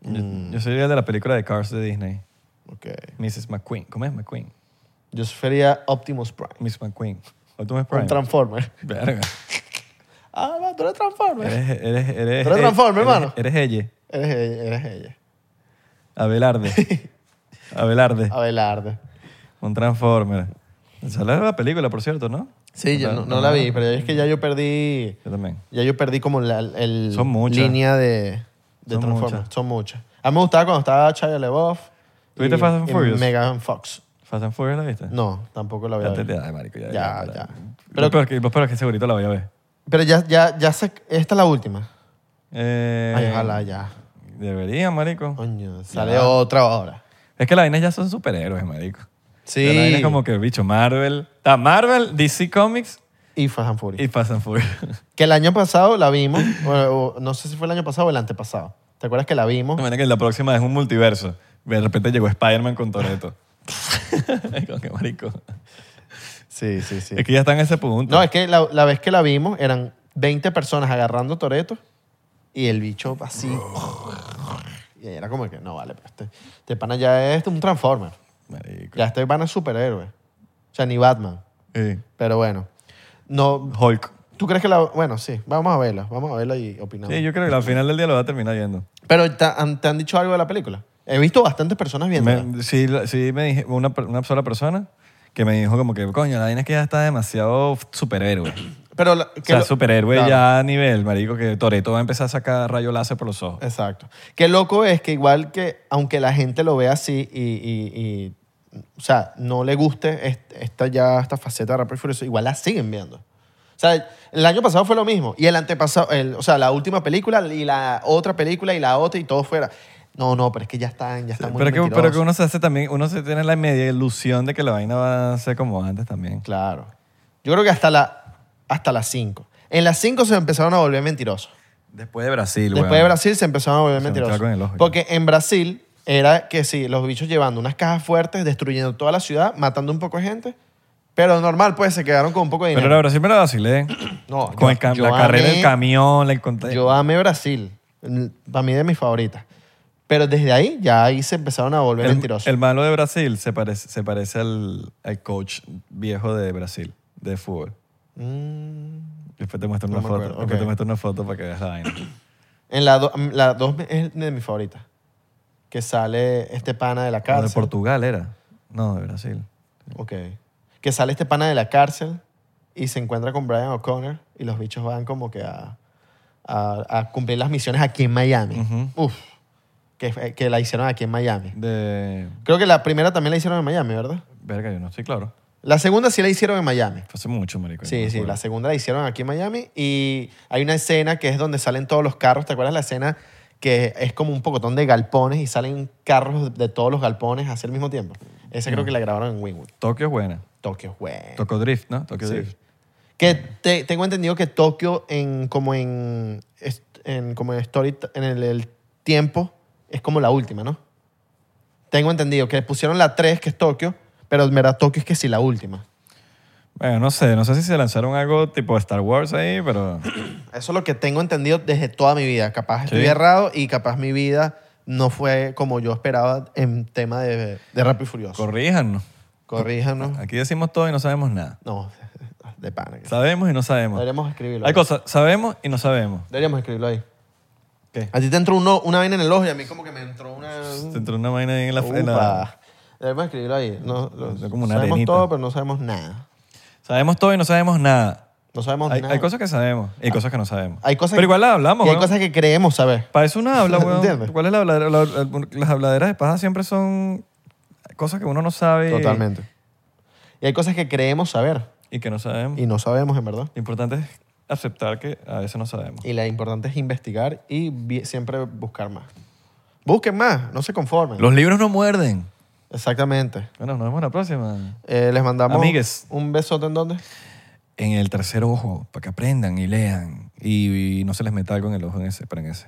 S2: Yo, yo soy el de la película de Cars de Disney.
S1: Ok.
S2: Mrs. McQueen. ¿Cómo es McQueen?
S1: Yo sería Optimus Prime.
S2: Miss McQueen. ¿O tú me
S1: Un Transformer.
S2: Verga.
S1: Ah, no, tú eres Transformer. Eres,
S2: Eres, eres, eres.
S1: Tú eres Transformer,
S2: eres-
S1: hermano.
S2: Eres ella.
S1: ella, eres ella. [LAUGHS]
S2: Abelarde. Abelarde.
S1: Abelarde.
S2: Un Transformer. Sale la película, por cierto, ¿no?
S1: Sí, yo no, no la vi, pero es que ya yo perdí.
S2: Yo también.
S1: Ya yo perdí como la el
S2: Son muchas.
S1: línea de, de
S2: Son
S1: Transformers.
S2: muchas.
S1: Son muchas. A mí me gustaba cuando estaba Shia LaBeouf.
S2: ¿Tuviste
S1: y-
S2: Fast and
S1: y
S2: Furious?
S1: Megan Fox.
S2: ¿Fast and Furious la viste?
S1: No, tampoco la voy a
S2: Ya te,
S1: ver.
S2: ya, marico, ya.
S1: Ya,
S2: para.
S1: ya.
S2: Lo
S1: Pero-
S2: peor que, lo peor es que segurito la voy a ver.
S1: Pero ya, ya, ya sé. Esta es la última.
S2: Eh,
S1: Ay, ojalá ya.
S2: Debería, marico.
S1: Coño, sale otra ahora.
S2: Es que las vainas ya son superhéroes, marico.
S1: Sí.
S2: La vaina es como que, bicho, Marvel. Está Marvel, DC Comics
S1: Y Fast and Furious.
S2: y Fast and Furious. [LAUGHS]
S1: Que el año pasado la vimos. o- o no sé si fue el año pasado o el antepasado. ¿Te acuerdas que la vimos?
S2: De manera que la próxima es un multiverso. De repente llegó Spider-Man con Toreto.
S1: [LAUGHS]
S2: Con qué marico.
S1: Sí, sí, sí.
S2: Es que ya está en ese punto.
S1: No, es que la, la vez que la vimos eran 20 personas agarrando toretos y el bicho así. Y era como que, no, vale, pero este, este pana ya es un Transformer.
S2: Marico.
S1: Ya este pana es superhéroe. O sea, ni Batman.
S2: Sí.
S1: Pero bueno. No,
S2: Hulk.
S1: ¿Tú crees que la.? Bueno, sí, vamos a verla. Vamos a verla y opinamos.
S2: Sí, yo creo que al final del día lo va a terminar viendo.
S1: Pero ¿te han, te han dicho algo de la película? He visto bastantes personas [LAUGHS] viéndola.
S2: Me- sí, la- sí me dije una, per- una sola persona que me dijo como que, coño, la vaina es que ya está demasiado superhéroe.
S1: Pero la- que
S2: O sea,
S1: lo-
S2: superhéroe
S1: Claro,
S2: ya a nivel, marico, que Toreto va a empezar a sacar rayo láser por los ojos.
S1: Exacto. Qué loco es que igual que, aunque la gente lo vea así y, y- y, o sea, no le guste est- esta ya esta faceta de Rapper Furioso, igual la siguen viendo. O sea, el año pasado fue lo mismo. Y el antepasado, el- o sea, la última película y la otra película y la otra y todo fuera. No, no, pero es que ya están, ya están muy
S2: Pero que, pero
S1: mentirosos.
S2: que uno se hace también, uno se tiene la media ilusión de que la vaina va a ser como antes también.
S1: Claro. Yo creo que hasta la hasta las 5. En las 5 se empezaron a volver mentirosos.
S2: Después de Brasil,
S1: Después
S2: weón.
S1: de Brasil se empezaron a volver
S2: Se
S1: mentirosos.
S2: metieron con el ojo, ya.
S1: Porque en Brasil era que sí, los bichos llevando unas cajas fuertes, destruyendo toda la ciudad, matando un poco de gente. Pero normal, pues se quedaron con un poco de
S2: Pero
S1: dinero.
S2: era Brasil, pero Brasil,
S1: No,
S2: Con
S1: [CLEARS THROAT] yo-
S2: el cam-
S1: yo
S2: la carrera
S1: amé-
S2: del camión, eh. le conté.
S1: Yo amé Brasil. mm, Para mí de mis favoritas. Pero desde ahí, ya ahí se empezaron a volver
S2: el,
S1: mentirosos.
S2: el malo de Brasil se parece, se parece al, al coach viejo de Brasil, de fútbol.
S1: Mm.
S2: Después te muestro
S1: No me
S2: una foto.
S1: acuerdo,
S2: Después te
S1: ok.
S2: muestro una foto para que veas
S1: [CLEARS THROAT]
S2: la vaina.
S1: En la, do- mm, la dos es de mis favoritas. Que sale este pana de la
S2: No,
S1: cárcel.
S2: de Portugal era. No, de Brasil.
S1: Ok. Que sale este pana de la cárcel y se encuentra con Brian O'Connor y los bichos van como que a, a- a cumplir las misiones aquí en Miami. Uf. Que, que la hicieron aquí en Miami.
S2: De.
S1: Creo que la primera también la hicieron en Miami, ¿verdad?
S2: Verga, yo no estoy claro.
S1: La segunda sí la hicieron en Miami.
S2: Fue hace mucho, marico. no
S1: Sí,
S2: me
S1: sí,
S2: acuerdo.
S1: la segunda la hicieron aquí en Miami y hay una escena que es donde salen todos los carros, ¿te acuerdas la escena que es como un pocotón de galpones y salen carros de todos los galpones así al mismo tiempo? Esa
S2: Mm.
S1: creo que la grabaron en Wynwood.
S2: Tokio es buena.
S1: Tokio, güey.
S2: Tokio Drift, ¿no? Tokio
S1: Eh. Sí.
S2: Drift.
S1: Que te- tengo entendido que Tokio en como en, est- en como en story en el, el tiempo es como la última, ¿no? Tengo entendido que pusieron la 3 que es Tokio, pero en verdad Tokio es que sí la última.
S2: Bueno, no sé. No sé si se lanzaron algo tipo Star Wars ahí,
S1: [CLEARS THROAT]
S2: pero.
S1: Eso es lo que tengo entendido desde toda mi vida. Capaz estoy errado y capaz mi vida no fue como yo esperaba en tema de, de Rápido y Furioso.
S2: Corríjanos.
S1: Corríjanos.
S2: Aquí decimos todo y no sabemos nada.
S1: No, [LAUGHS] de pana. que-
S2: Sabemos y no sabemos.
S1: Deberíamos escribirlo.
S2: Hay cosas, sabemos y no sabemos.
S1: Deberíamos escribirlo ahí.
S2: ¿Qué?
S1: A ti te entró uno- una vaina en el ojo y a mí como que me entró una...
S2: Te entró una vaina ahí en la, en la-
S1: Upa. Debemos escribirlo ahí. No, lo-
S2: Es como una
S1: sabemos
S2: arenita.
S1: todo, pero no sabemos nada.
S2: Sabemos todo y no sabemos nada.
S1: No sabemos
S2: Hay,
S1: nada. Ah,
S2: hay cosas que sabemos y hay cosas que no sabemos.
S1: Hay cosas
S2: Pero
S1: que-
S2: igual las hablamos,
S1: y hay
S2: weón.
S1: cosas que creemos saber.
S2: Para eso
S1: [LAUGHS]
S2: uno habla, weón.
S1: ¿Entiendes?
S2: ¿Cuál es la habladera? La- la- las habladeras de paja siempre son cosas que uno no sabe. y-
S1: Totalmente. Y hay cosas que creemos saber
S2: Y que no sabemos.
S1: y no sabemos en verdad.
S2: Lo importante es aceptar que a veces no sabemos.
S1: Y lo importante es investigar y vi- siempre buscar más. Busquen más, no se conformen.
S2: Los libros no muerden.
S1: Exactamente.
S2: Bueno, nos vemos la próxima.
S1: Eh, les mandamos
S2: Amigues.
S1: un besote en donde.
S2: En el tercer ojo, para que aprendan y lean. Y, y no se les meta algo en el ojo en ese, pero en ese.